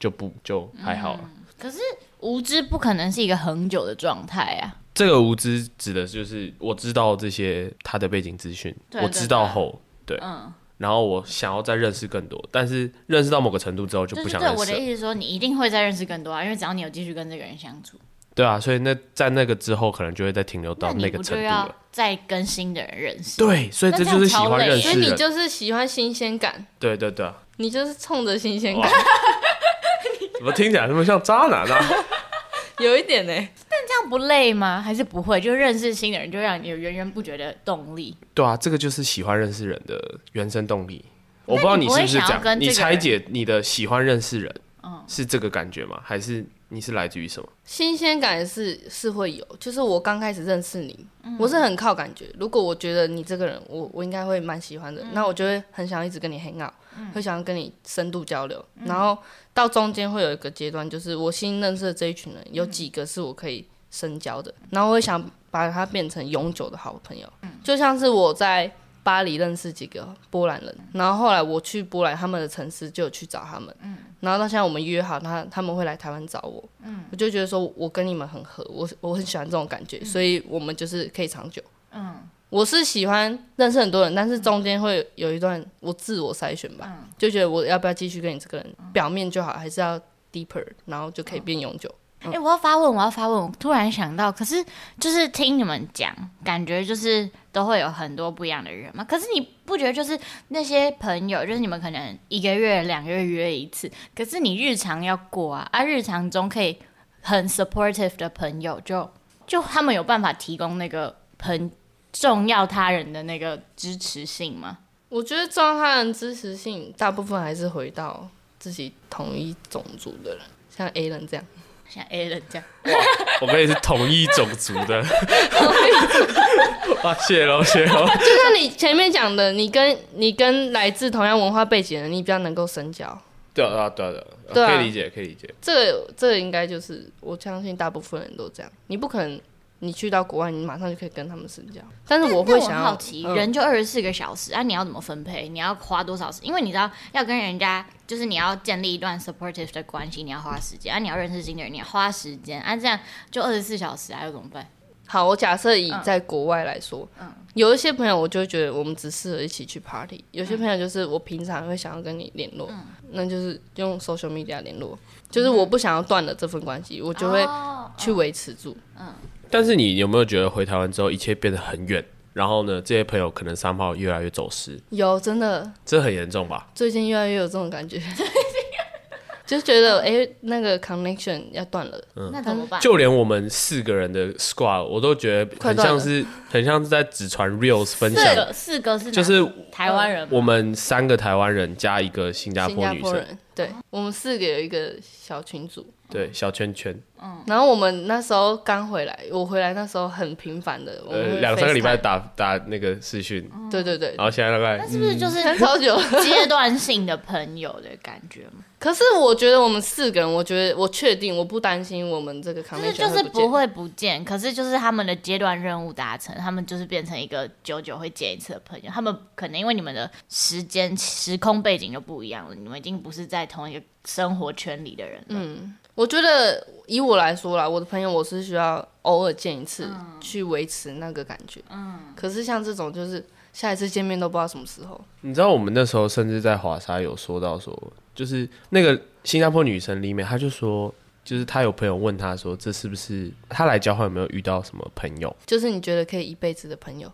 S2: 就不就还好了。
S1: 可是无知不可能是一个恒久的状态啊。
S2: 这个无知指的就是我知道这些他的背景资讯，
S1: 对
S2: 我知道后，对，
S1: 嗯
S2: 然后我想要再认识更多，但是认识到某个程度之后就
S1: 就
S2: 不
S1: 是
S2: 想
S1: 对
S2: 认
S1: 我
S2: 识
S1: 的
S2: 了，
S1: 意思说，你一定会再认识更多啊，因为只要你有继续跟这个人相处，
S2: 对啊，所以那在那个之后，可能就会再停留到
S1: 你
S2: 个
S1: 不就
S2: 程度
S1: 要
S2: 了。
S1: 再跟新的人认识？
S2: 对，所以
S1: 那
S2: 这
S1: 这样
S2: 就是喜
S1: 超
S2: 欢
S1: 累
S2: 认
S1: 耶
S3: 所以
S2: 识
S3: 你
S2: 人，
S3: 就是喜欢新鲜感，
S2: 对对对啊，
S3: 你就是冲着新鲜
S2: 哇
S3: 感，
S2: 怎么听起来那么像渣男啊？
S3: 有一点呢、欸
S1: 这样不累吗？还是不会？就认识新的人，就让你有源源不绝的动力。
S2: 对啊，这个就是喜欢认识人的原生动力。我不知道
S1: 你
S2: 你是不是这
S1: 不会想要
S2: 样，
S1: 跟这
S2: 你
S1: 个
S2: 拆解你的喜欢认识人，
S1: 嗯
S2: 是这个感觉吗？还是你是来自于什么？ [laughs]
S3: 新鲜感是是会有，就是我刚开始认识你，我是很靠感觉。如果我觉得你这个人，我我应该会蛮喜欢的，那我就会很想一直跟你 hang out，、会想要跟你深度交流。然后到中间会有一个阶段，就是我新认识的这一群人，有几个是我可以深交的，然后我会想把它变成永久的好朋友。就像是我在巴黎认识几个波兰人，然后后来我去波兰他们的城市就有去找他们，然后到现在我们约好他他们会来台湾找我，我就觉得说我跟你们很合，我我很喜欢这种感觉，所以我们就是可以长久。嗯，我是喜欢认识很多人，但是中间会有一段我自我筛选吧，就觉得我要不要继续跟你这个人表面就好，还是要 deeper，然后就可以变永久。
S1: 哎、我要发问，我要发问！我突然想到，可是就是听你们讲，感觉就是都会有很多不一样的人嘛。可是你不觉得就是那些朋友，就是你们可能一个月、两个月约一次，可是你日常要过啊，啊，日常中可以很 supportive 的朋友就，就他们有办法提供那个很重要他人的那个支持性吗？
S3: 我觉得重要他人支持性，大部分还是回到自己同一种族的人，像 A 人这样。
S1: 像 A 人这样，
S2: 我们也是同一种族
S1: [laughs]
S2: 的。啊，谢喽，谢喽。
S3: [laughs]
S1: [laughs]
S3: 就像你前面讲的，你跟你跟来自同样文化背景的人，你比较能够深交。
S2: 对啊，对啊，对
S3: 对
S2: 啊，
S3: 啊
S2: 可以理解，可以理解。
S3: 这个这个应该就是我相信大部分人都这样，你不可能你去到国外，你马上就可以跟他们深交。但是我
S1: 但
S3: 会
S1: 我
S3: 想
S1: 很
S3: 要
S1: 好奇，
S3: 嗯
S1: 人就二十四个小时啊，你要怎么分配？你要花多少时？因为你知道要跟人家，就是你要建立一段 supportive 的关系，你要花时间啊，你要认识新的人，你要花时间啊，这样就二十四小时啊，又怎么办？
S3: 好，我假设
S1: 嗯
S3: 以在国外来说，有一些朋友我就会觉得我们只适合一起去 party，有
S1: 嗯
S3: 些朋友就是我平常会想要跟你联络，那就是用 social media 联络，就是我不想要断了这份关系，我就会
S1: 嗯哦
S3: 去维持住。
S2: 但是你有没有觉得回台湾之后，一切变得很远？然后呢，这些朋友可能三号越来越走失，
S3: 有真的，
S2: 这很严重吧？
S3: 最近越来越有这种感觉， [laughs] 就觉得哎、诶那个 connection 要断了，
S1: 那怎么办？
S2: 就连我们四个人的 squad，我都觉得
S3: 快
S2: 很
S3: 断
S2: 像
S3: 了
S2: 是很像是在只传 reels 分
S1: 四
S2: 享，
S1: 个四个是哪
S2: 就是
S1: 台湾人吗，
S2: 我们三个台湾人加一个新加
S3: 新
S2: 坡
S3: 加
S2: 女
S3: 坡
S2: 生，
S3: 人，对我们四个有一个小群组，
S2: 对小圈圈，
S3: 然后我们那时候刚回来，我回来那时候很频繁的，我们
S2: 呃，
S3: 会
S2: 两三个礼拜嗯
S3: FaceTime，嗯
S2: 打打那个视讯，
S3: 对对对，
S2: 然后现在大概
S1: 那是不是就是
S3: 很超久。
S1: 阶段性的朋友的感觉吗？
S3: 可是我觉得我们四个人，我觉得我确定，我不担心我们这个
S1: 就是
S3: connection
S1: 就是
S3: 不见
S1: 不会不见，可是就是他们的阶段任务达成，他们就是变成一个久久会见一次的朋友。他们可能因为你们的时间时空背景就不一样了，你们已经不是在同一个生活圈里的人了。
S3: 嗯我觉得以我来说啦，我的朋友我是需要偶尔见一次去维持那个感觉。嗯，可是像这种就是下一次见面都不知道什么时候。
S2: 你知道我们那时候甚至在华沙有说到说，就是那个新加坡女生里面，她就说，就是她有朋友问她说，这是不是她来交换有没有遇到什么朋友？
S3: 就是你觉得可以一辈子的朋友，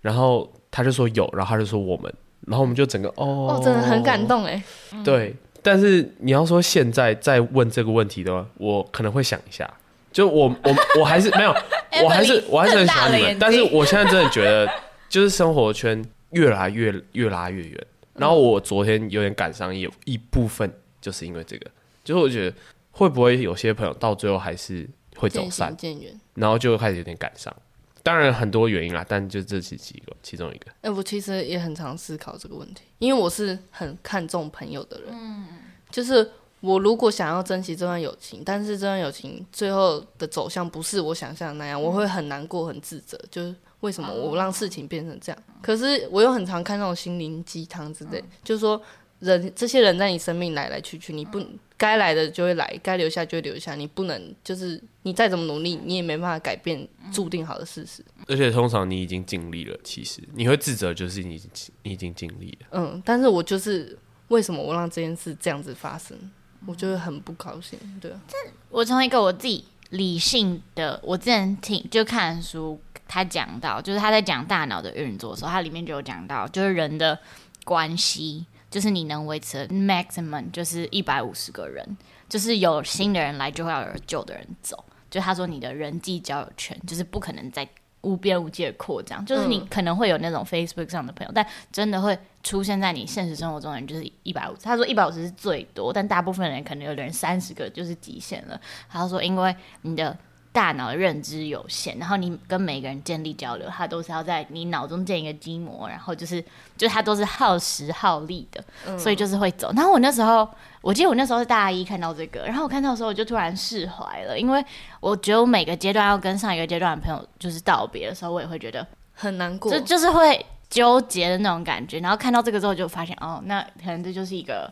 S2: 然后她就说有，然后她就说我们，然后我们就整个哦，
S3: 哦，真的很感动哎、
S2: 对，但是你要说现在再问这个问题的话，我可能会想一下。就我我我还是没有，我还是我还是很喜欢你们，但是我现在真的觉得，就是生活圈越来越越拉越远。然后我昨天有点感伤，有一部分就是因为这个，就是我觉得会不会有些朋友到最后还是会走
S3: 渐
S2: 散
S3: 行，渐远。
S2: 然后就开始有点感伤。当然很多原因啦，但就这是几个其中一个。
S3: 哎、我其实也很常思考这个问题，因为我是很看重朋友的人。嗯，就是我如果想要珍惜这段友情，但是这段友情最后的走向不是我想象的那样，我会很难过、很自责，就是为什么我让事情变成这样？可是我又很常看那种心灵鸡汤之类，就是说人这些人在你生命来来去去，你不。该来的就会来，该留下就会留下。你不能就是你再怎么努力，你也没办法改变注定好的事实。
S2: 而且通常你已经尽力了，其实你会自责，就是你已经你已经尽力了。
S3: 嗯，但是我就是为什么我让这件事这样子发生，我就会很不高兴。对啊，
S1: 我从一个我自己理性的，我之前听就看书，他讲到，就是他在讲大脑的运作的时候，他里面就有讲到，就是人的关系，就是你能维持的 maximum 就是一百五十个人，就是有新的人来，就会要有旧的人走。就他说你的人际交友圈就是不可能再无边无际的扩张，就是你
S3: 嗯
S1: 可能会有那种 Facebook 上的朋友，但真的会出现在你现实生活中的人就是一百五。他说一百五十是最多，但大部分人可能有的人三十个就是极限了。他说因为你的大脑的认知有限，然后你跟每个人建立交流，它都是要在你脑中建一个基模，然后就是就它都是耗时耗力的，所以就是会走。然后我那时候，我记得我那时候是大一看到这个，然后我看到的时候我就突然释怀了，因为我觉得我每个阶段要跟上一个阶段的朋友就是道别的时候，我也会觉得
S3: 很难过
S1: 就。就是会纠结的那种感觉。然后看到这个之后，就发现哦，那可能这就是一个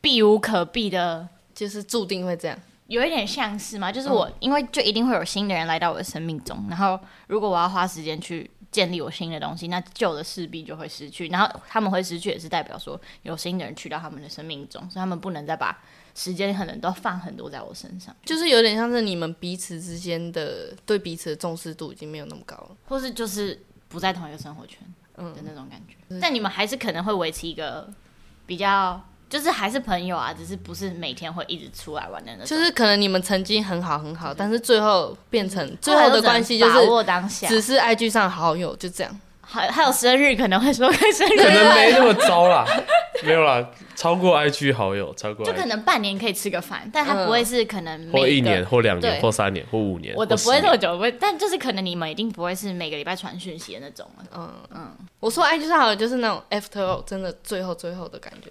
S1: 避无可避的
S3: 就是注定会这样。
S1: 有一点像是嘛，就是我、因为就一定会有新的人来到我的生命中，然后如果我要花时间去建立我新的东西，那旧的势必就会失去，然后他们会失去也是代表说有新的人去到他们的生命中，所以他们不能再把时间可能都放很多在我身上，
S3: 就是有点像是你们彼此之间的对彼此的重视度已经没有那么高了，
S1: 或是就是不在同一个生活圈的那种感觉。但你们还是可能会维持一个比较，就是还是朋友啊，只是不是每天会一直出来玩的那种。嗯
S3: 就是可能你们曾经很好很好，但是最后变成最后
S1: 还有
S3: 的
S1: 只能
S3: 关系就
S1: 把
S3: 是
S1: 握当下，
S3: 只是 IG 上好友就这样。
S1: 还还有生日可能会说会生日，
S2: [laughs] 可能没那么糟啦，没有啦，超过 IG 好友，超过
S1: 啊就可
S2: IG,
S1: 能半年可以吃个饭，但他不会是可能每
S2: 或
S1: 个
S2: 一年或两年
S1: 对
S2: 或三年或五年，
S1: 我的
S2: 或
S1: 不会
S2: 十
S1: 这么
S2: 年
S1: 久，不会，但就是可能你们一定不会是每个礼拜传讯息的那种了。
S3: 我说 IG 上好友就是那种 after all，真的最后最后的感
S1: [laughs]
S3: 觉。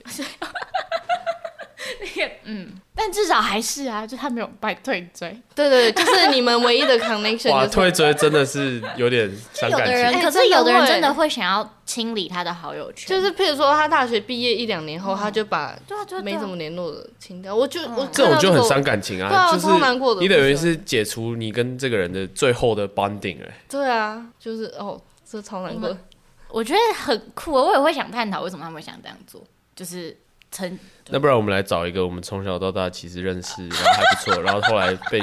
S1: 但至少还是啊，就他没有败退 [laughs] 追。
S3: 对对，对就是你们唯一的 connection
S2: [laughs] 哇，
S3: 就是
S2: 退追真的是有点
S1: [laughs]
S2: 伤
S1: 有
S2: 感
S1: 的
S2: 情。
S1: 人，
S3: 哎
S1: 可是有的
S3: 真的
S1: 人
S3: 会
S1: 真的会想要清理他的好友圈，
S3: 就是譬如说他大学毕业一两年后，他就把
S1: 对啊，对啊
S3: 没怎么。联络的清掉。我就
S1: 嗯
S3: 我看
S2: 这
S3: 到
S2: 种就很
S3: 个
S2: 伤感情啊，
S3: 对啊
S2: 就是
S3: 超难过的
S2: 你等于是解除你跟这个人的最后的 bonding 哎、
S3: 对啊，就是哦，这超难过
S1: 我。我觉得很酷，啊我也会想探讨为什么他们会想这样做，就是曾 [laughs]
S2: 那不然我们来找一个我们从小到大其实认识，然后还不错，然后后来被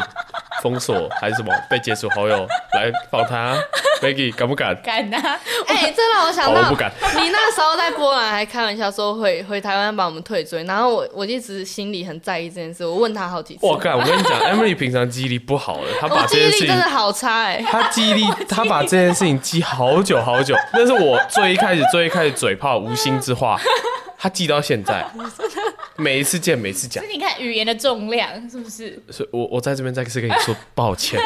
S2: 封锁还是什么被解除好友来访谈
S1: [laughs]
S2: 啊 Maggie 敢不敢？
S1: 敢 [laughs] 啊！
S3: 哎、这让我
S2: 好，
S3: 想
S2: 哦我
S3: 到
S2: 不，敢。
S3: 你那时候在波兰还开玩笑说回回台湾把我们退追，然后我我一直心里很在意这件事，我问他好几次，
S2: 我靠！我跟你讲，Emily 平常记忆力不好的，她把
S3: 我
S2: 这
S3: 记忆
S2: 件
S3: 力
S2: 事
S3: 真
S2: 情
S3: 的，好差哎、
S2: 她记忆
S3: [laughs]
S2: 力，她把这件事情记好久好久。那是我最一开始最一开始嘴炮无心之
S3: [laughs]
S2: 话，她记到现在，每一次见每一次讲
S1: 所。以你看语言的重量是不是？
S2: 所以我我在这边再次跟你说抱
S3: [laughs]
S2: 歉，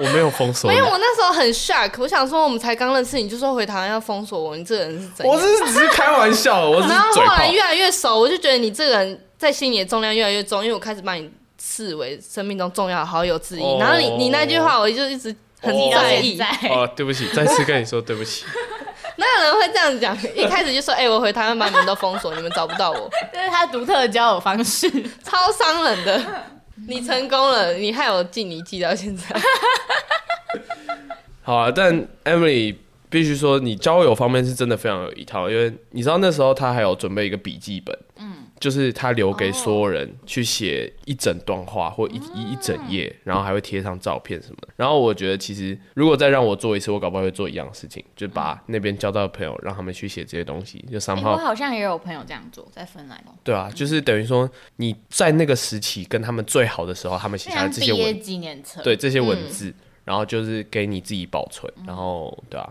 S2: 我没有封锁
S3: 没
S2: 你
S3: 有，。我那时候很 shock，我想说我们才刚认识，你就说回台湾要封锁我，你这个人是怎
S2: 我
S3: 样？
S2: 是只是开玩笑，[laughs]
S3: [laughs]
S2: 我只
S3: 然
S2: 是
S3: 后
S2: 嘴
S3: 后
S2: 炮
S3: 来。越来越熟，我就觉得你这个人在心里的重量越来越重，因为我开始把你视为生命中重要的好友之一。
S2: 哦
S3: 然后你你那句话，我就一直很
S2: 哦
S3: 在
S1: 记
S3: 意。 [laughs]
S1: 到现在
S2: 哦，对不起，再次跟你说对不起。
S3: 哪有人会这样讲？一开始就说：“哎、我回台湾把你们都封锁，你们找不到我。
S1: [laughs] 这是他独特的交友方 [laughs] 式。”
S3: 超伤人的。你成功了，你害我记你记到现在。
S2: 好啊，但 Emily 必须说，你交友方面是真的非常有一套，因为你知道那时候她还有准备一个笔记本，嗯，就是她留给所有人去写一整段话或一一一整页，然后还会贴上照片什么的。然后我觉得其实如果再让我做一次，我搞不好会做一样的事情，就把那边交到的朋友让他们去写这些东西，就三
S1: 欸
S2: 号
S1: 我好像也有朋友这样做，在芬兰哦，
S2: 对啊，就是等于说你在那个时期跟他们最好的时候，他们写下来
S1: 像
S2: 这
S1: 毕
S2: 些
S1: 业
S2: 文，
S1: 纪念册。
S2: 对这些文字，然后就是给你自己保存，然后对啊，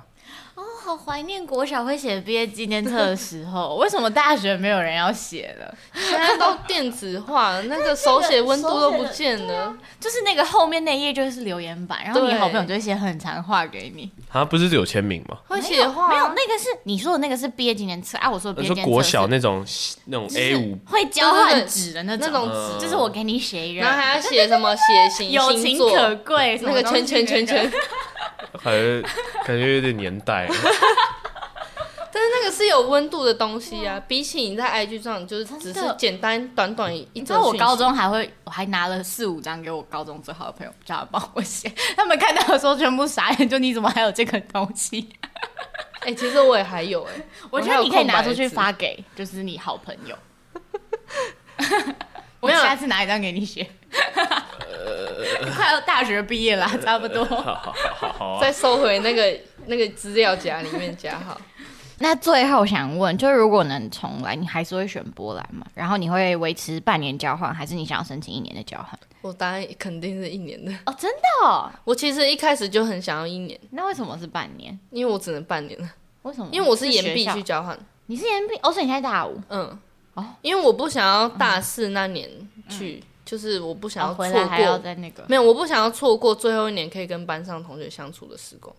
S1: 我好怀念国小会写毕业纪念册的时候，为什么大学没有人要写了？
S3: 现在都电子化了，那个手写温度都不见了。
S1: 就是那个后面那页就是留言板，然后你
S3: 对
S1: 好朋友就会写很长话给你。
S2: 啊，不是有签名吗？
S3: 会写画
S1: 没有，那个是你说的那个是毕业纪念册啊，我说的
S2: 你
S1: 毕业纪念
S2: 呃说
S1: 册
S2: 国小
S1: 是
S2: 那种那种 A 五
S1: 会交
S3: 对
S1: 换
S3: 对对
S1: 纸的那
S3: 那
S1: 种
S3: 种，纸，
S1: 就是我给你写一人
S3: 然，后还要写什么血型、
S1: 友
S3: 星
S1: 情
S3: 座，
S1: 可贵，什
S3: 那
S1: 么
S3: 个
S1: 东西
S3: 圈圈圈圈。
S2: 感觉感觉有 [laughs] 点年
S3: [laughs]
S2: 代，
S3: 但是那个是有温度的东西啊，比起你在 IG 上就是只
S1: 真
S3: 是
S1: 的
S3: 简单短短一
S1: 你知
S3: 则
S1: 道我
S3: 讯息
S1: 高中还会，我还拿了四五张给我高中最好的朋友，叫他帮我写。 [laughs] 他们看到的时候全部傻眼，就你怎么还有这个东西？
S3: 哎、其实我也还有哎、
S1: [laughs] 我觉得
S3: 还有
S1: 你可以
S3: 空白
S1: 拿出去
S3: 的纸
S1: 发给，就是你好朋 [laughs] 友。啊我
S3: 没有
S1: 下次拿一张给你写。 [laughs] 快要大学毕业啦，差不多。
S2: 啊
S3: 再收回那个那个资料夹里面夹好。 [laughs]
S1: 那最后想问，就如果能重来，你还是会选波兰吗？然后你会维持半年交换，还是你想要申请一年的交换？
S3: 我答案肯定是一年的。
S1: 哦，真的、哦？
S3: 我其实一开始就很想要一年，
S1: 那为什么是半年？
S3: 因为我只能半年了，
S1: 为什么？
S3: 因为我是延
S1: 学
S3: 毕
S1: 校
S3: 去交换，
S1: 你哦是延毕，哦，所以你现在大五，
S3: 嗯，
S1: 哦
S3: 因为我不想要大四那年去，就是我不想
S1: 然
S3: 要
S1: 后
S3: 错
S1: 哦回
S3: 过，
S1: 来还要在那个。
S3: 没有，我不想要错过最后一年可以跟班上同学相处的时光。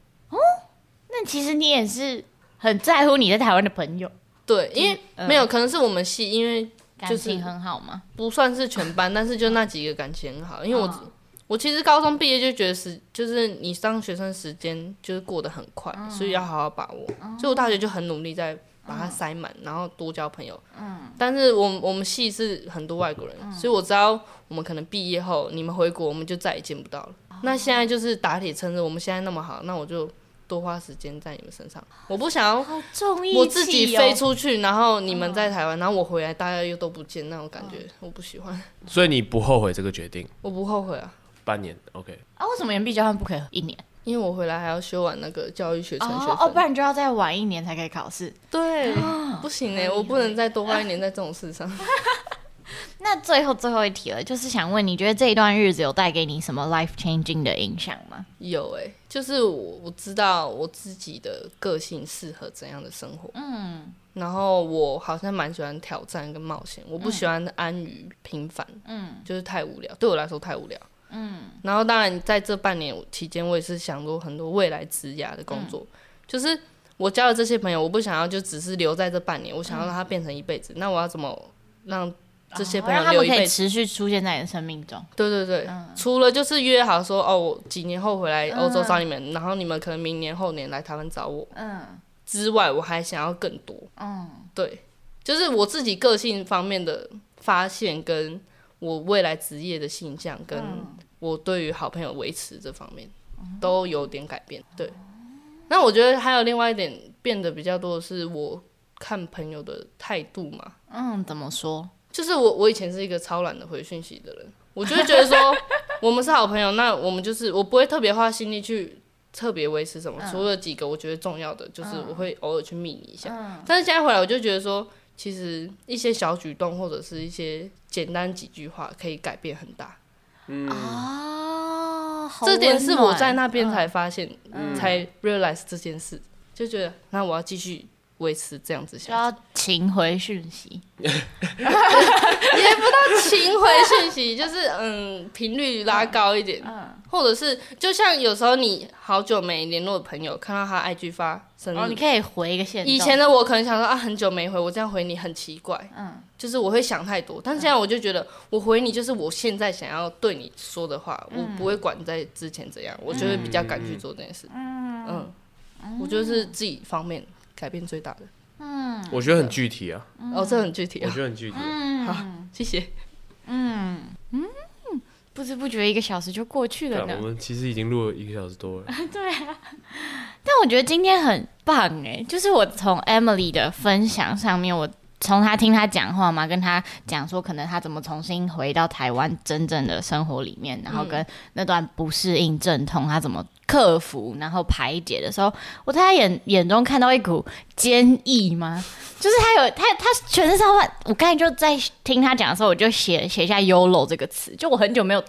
S1: 那其实你也是很在乎你在台湾的朋友，
S3: 对，因为、
S1: 嗯呃
S3: 没有，可能是我们系，因为
S1: 感
S3: 就是
S1: 情很好吗？
S3: 不算是全班，但是就那几个感情很好，因为我、
S1: 嗯
S3: 我其实高中毕业就觉得时，就是你当学生时间就是过得很快，所以
S1: 嗯
S3: 要好好把握。
S1: 哦
S3: 所以我大学就很努力在把它塞满，然后多交朋友。嗯，但是我们我们系是很多外国
S1: 嗯
S3: 人，所以我知道我们可能毕业后你们回国，我们就再也见不到了。
S1: 哦
S3: 那现在就是打铁趁热，我们现在那么好，那我就多花时间在你们身上。我不想要
S1: 好重义气、哦
S3: 我自己飞，出去，然后你们在台湾，然后我回来，大家又都不见，那种感觉我不喜欢。
S2: 所以你不后悔这个决定？
S3: 我不后悔啊，
S2: 半年，OK，
S1: 啊，为什么延毕交换不可以一年？
S3: 因为我回来还要修完那个教育学程学分。
S1: 哦哦，不然就要再晚一年才可以考试。
S3: 对，不行哎，我不能再多花一年在这种事上。
S1: 那最后最后一题了，就是想问，你觉得这一段日子有带给你什么 life changing 的影响吗？
S3: 有哎、就是我我知道我自己的个性适合怎样的生活，嗯，然后我好像蛮喜欢挑战跟冒险，我不喜欢安于平凡，嗯，就是太无聊，对我来说太无聊，嗯，然后当然在这半年期间，我也是想过很多未来职涯的工作，
S1: 嗯
S3: 就是我交的这些朋友，我不想要就只是留在这半年，我想要让它变成一辈子，那我要怎么让这些朋
S1: 哦让
S3: 友
S1: 他
S3: 留
S1: 们
S3: 一
S1: 可
S3: 辈
S1: 以
S3: 子？
S1: 持续出现在你的生命中。
S3: 对对对，除了就是约好说哦，我几年后回来欧洲找你们，然后你们可能明年后年来台湾找我，嗯，之外我还想要更多，嗯，对，就是我自己个性方面的发现，跟我未来职业的性向，跟我对于好朋友维持这方面都有点改变，对。那我觉得还有另外一点变得比较多的是我看朋友的态度嘛，
S1: 嗯，怎么说？
S3: 就是我，我以前是一个超懒得回讯息的人，我就会觉得说，我们是好朋友，那我们就是我不会特别花心力去特别维持什
S1: 嗯
S3: 么，除了几个我觉得重要的，就是我会偶尔去密你一下。
S1: 嗯
S3: 但是现在回来，我就觉得说，其实一些小举动或者是一些简单几句话，可以改变很大。
S1: 哦，好
S3: 这点
S1: 温
S3: 是我
S1: 暖嗯
S3: 在那边才发现，才 realize 这件事，就觉得那我要继续维持这样子
S1: 就
S3: 下去，
S1: 要勤回讯息，
S3: 也不到勤回讯息，就是嗯频率拉高一点，或者是就像有时候你好久没联络的朋友，看到他 IG 发生日，
S1: 然哦后你可以回一个线动。
S3: 嗯以前的我可能想说啊，很久没回，我这样回你很奇怪，嗯，就是我会想太多。但现在我就觉得，我回你就是我现在想要对你说的话，我不会管在之前怎样，我就会比较敢去做这件事。嗯我就是自己方面改变最大的。
S2: 我觉得很具体啊，
S3: 哦，这很具体
S2: 我
S3: 嗯啊，
S2: 觉得很具体。
S3: 谢谢。
S1: 不知不觉一个小时就过去了
S2: 干
S1: 呢
S2: 啊我。们其实已经录了一个小时多了，
S1: 但我觉得今天很棒哎、就是我从 Emily 的分享上面，我从她听她讲话嘛，跟她讲说可能她怎么重新回到台湾真正的生活里面，然后跟那段不适应阵痛，她怎么克服，然后排解的时候，我在她眼眼中看到一股坚毅吗？就是她有她她全身上下，我刚才就在听她讲的时候，我就写写下 “yolo” 这个词，就我很久没有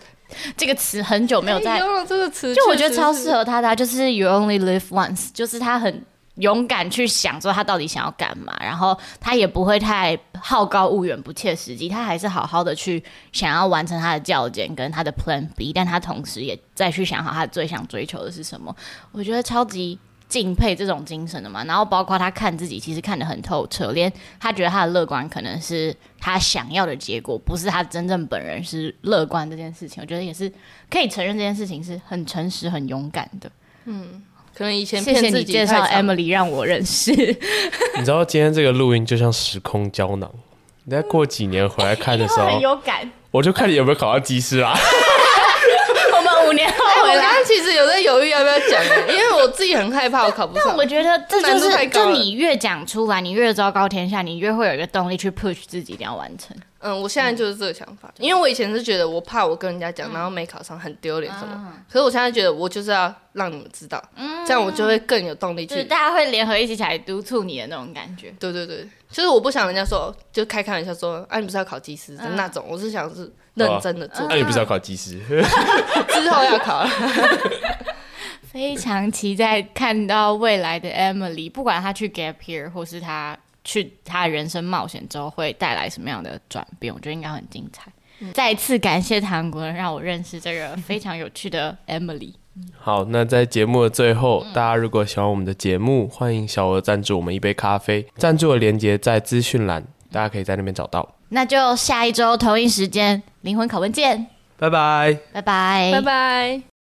S1: 这个词，很久没有在
S3: 哎用了这个词，
S1: 就我觉得超
S3: 确实
S1: 适
S3: 是。
S1: 合他的啊、就是 you only live once，就是他很勇敢去想说他到底想要干嘛，然后他也不会太好高骛远、不切实际，他还是好好的去想要完成他的教检跟他的 Plan B，但他同时也再去想好他最想追求的是什么。我觉得超级。敬佩这种精神的嘛，然后包括他看自己，其实看得很透彻，连他觉得他的乐观可能是他想要的结果，不是他真正本人是乐观这件事情，我觉得也是可以承认这件事情是很诚实、很勇敢的。
S3: 可能以前
S1: 谢谢
S3: 骗
S1: 你
S3: 自己
S1: 介绍
S3: 太长
S1: Emily 让我认识，
S2: 你知道今天这个录音就像时空胶
S3: 嗯
S2: 囊，你再过几年回来看的时候
S3: 哎
S1: 很，有感。
S2: 我就看你有没有考到技师啊啦。
S1: 我们五年后
S3: 哎
S1: 回
S3: 我刚
S1: 来，
S3: 刚其实有在犹豫要不要
S1: [laughs]
S3: 讲，因为我自己很害怕我考不上
S1: 但。 [laughs] 我觉得这就
S3: 难度
S1: 是，
S3: 太高
S1: 就
S3: 了
S1: 你越讲出来，你越昭告天下，你越会有一个动力去 push 自己一定要完成。
S3: 嗯，我现在就是这个想法，
S1: 嗯
S3: 因为我以前是觉得我怕我跟人家讲，然后没考上很丢脸什么，
S1: 嗯
S3: 可是我现在觉得我就是要让你们知道，这样我就会更有动力
S1: 就是
S3: 去。
S1: 大家会联合一起起来督促你的那种感觉。
S3: 对对对，就是我不想人家说就开开玩笑说，啊你不是要考技师
S1: 嗯
S3: 的那种，我是想是认真的做，
S2: 啊那你不是要考技师？
S3: 之后要考了。
S1: 非常期待看到未来的 Emily，不管她去 gap year 或是她去她人生冒险之后会带来什么样的转变，我觉得应该很精彩。再次感谢唐国人让我认识这个非常有趣的 Emily。
S2: 好，那在节目的最后，大家如果喜欢我们的节目，欢迎小额赞助我们一杯咖啡，赞助的链接在资讯栏，大家可以在那边找到。
S1: 那就下一周同一时间灵魂拷问见，
S2: 拜拜。
S1: 拜拜，
S3: 拜拜。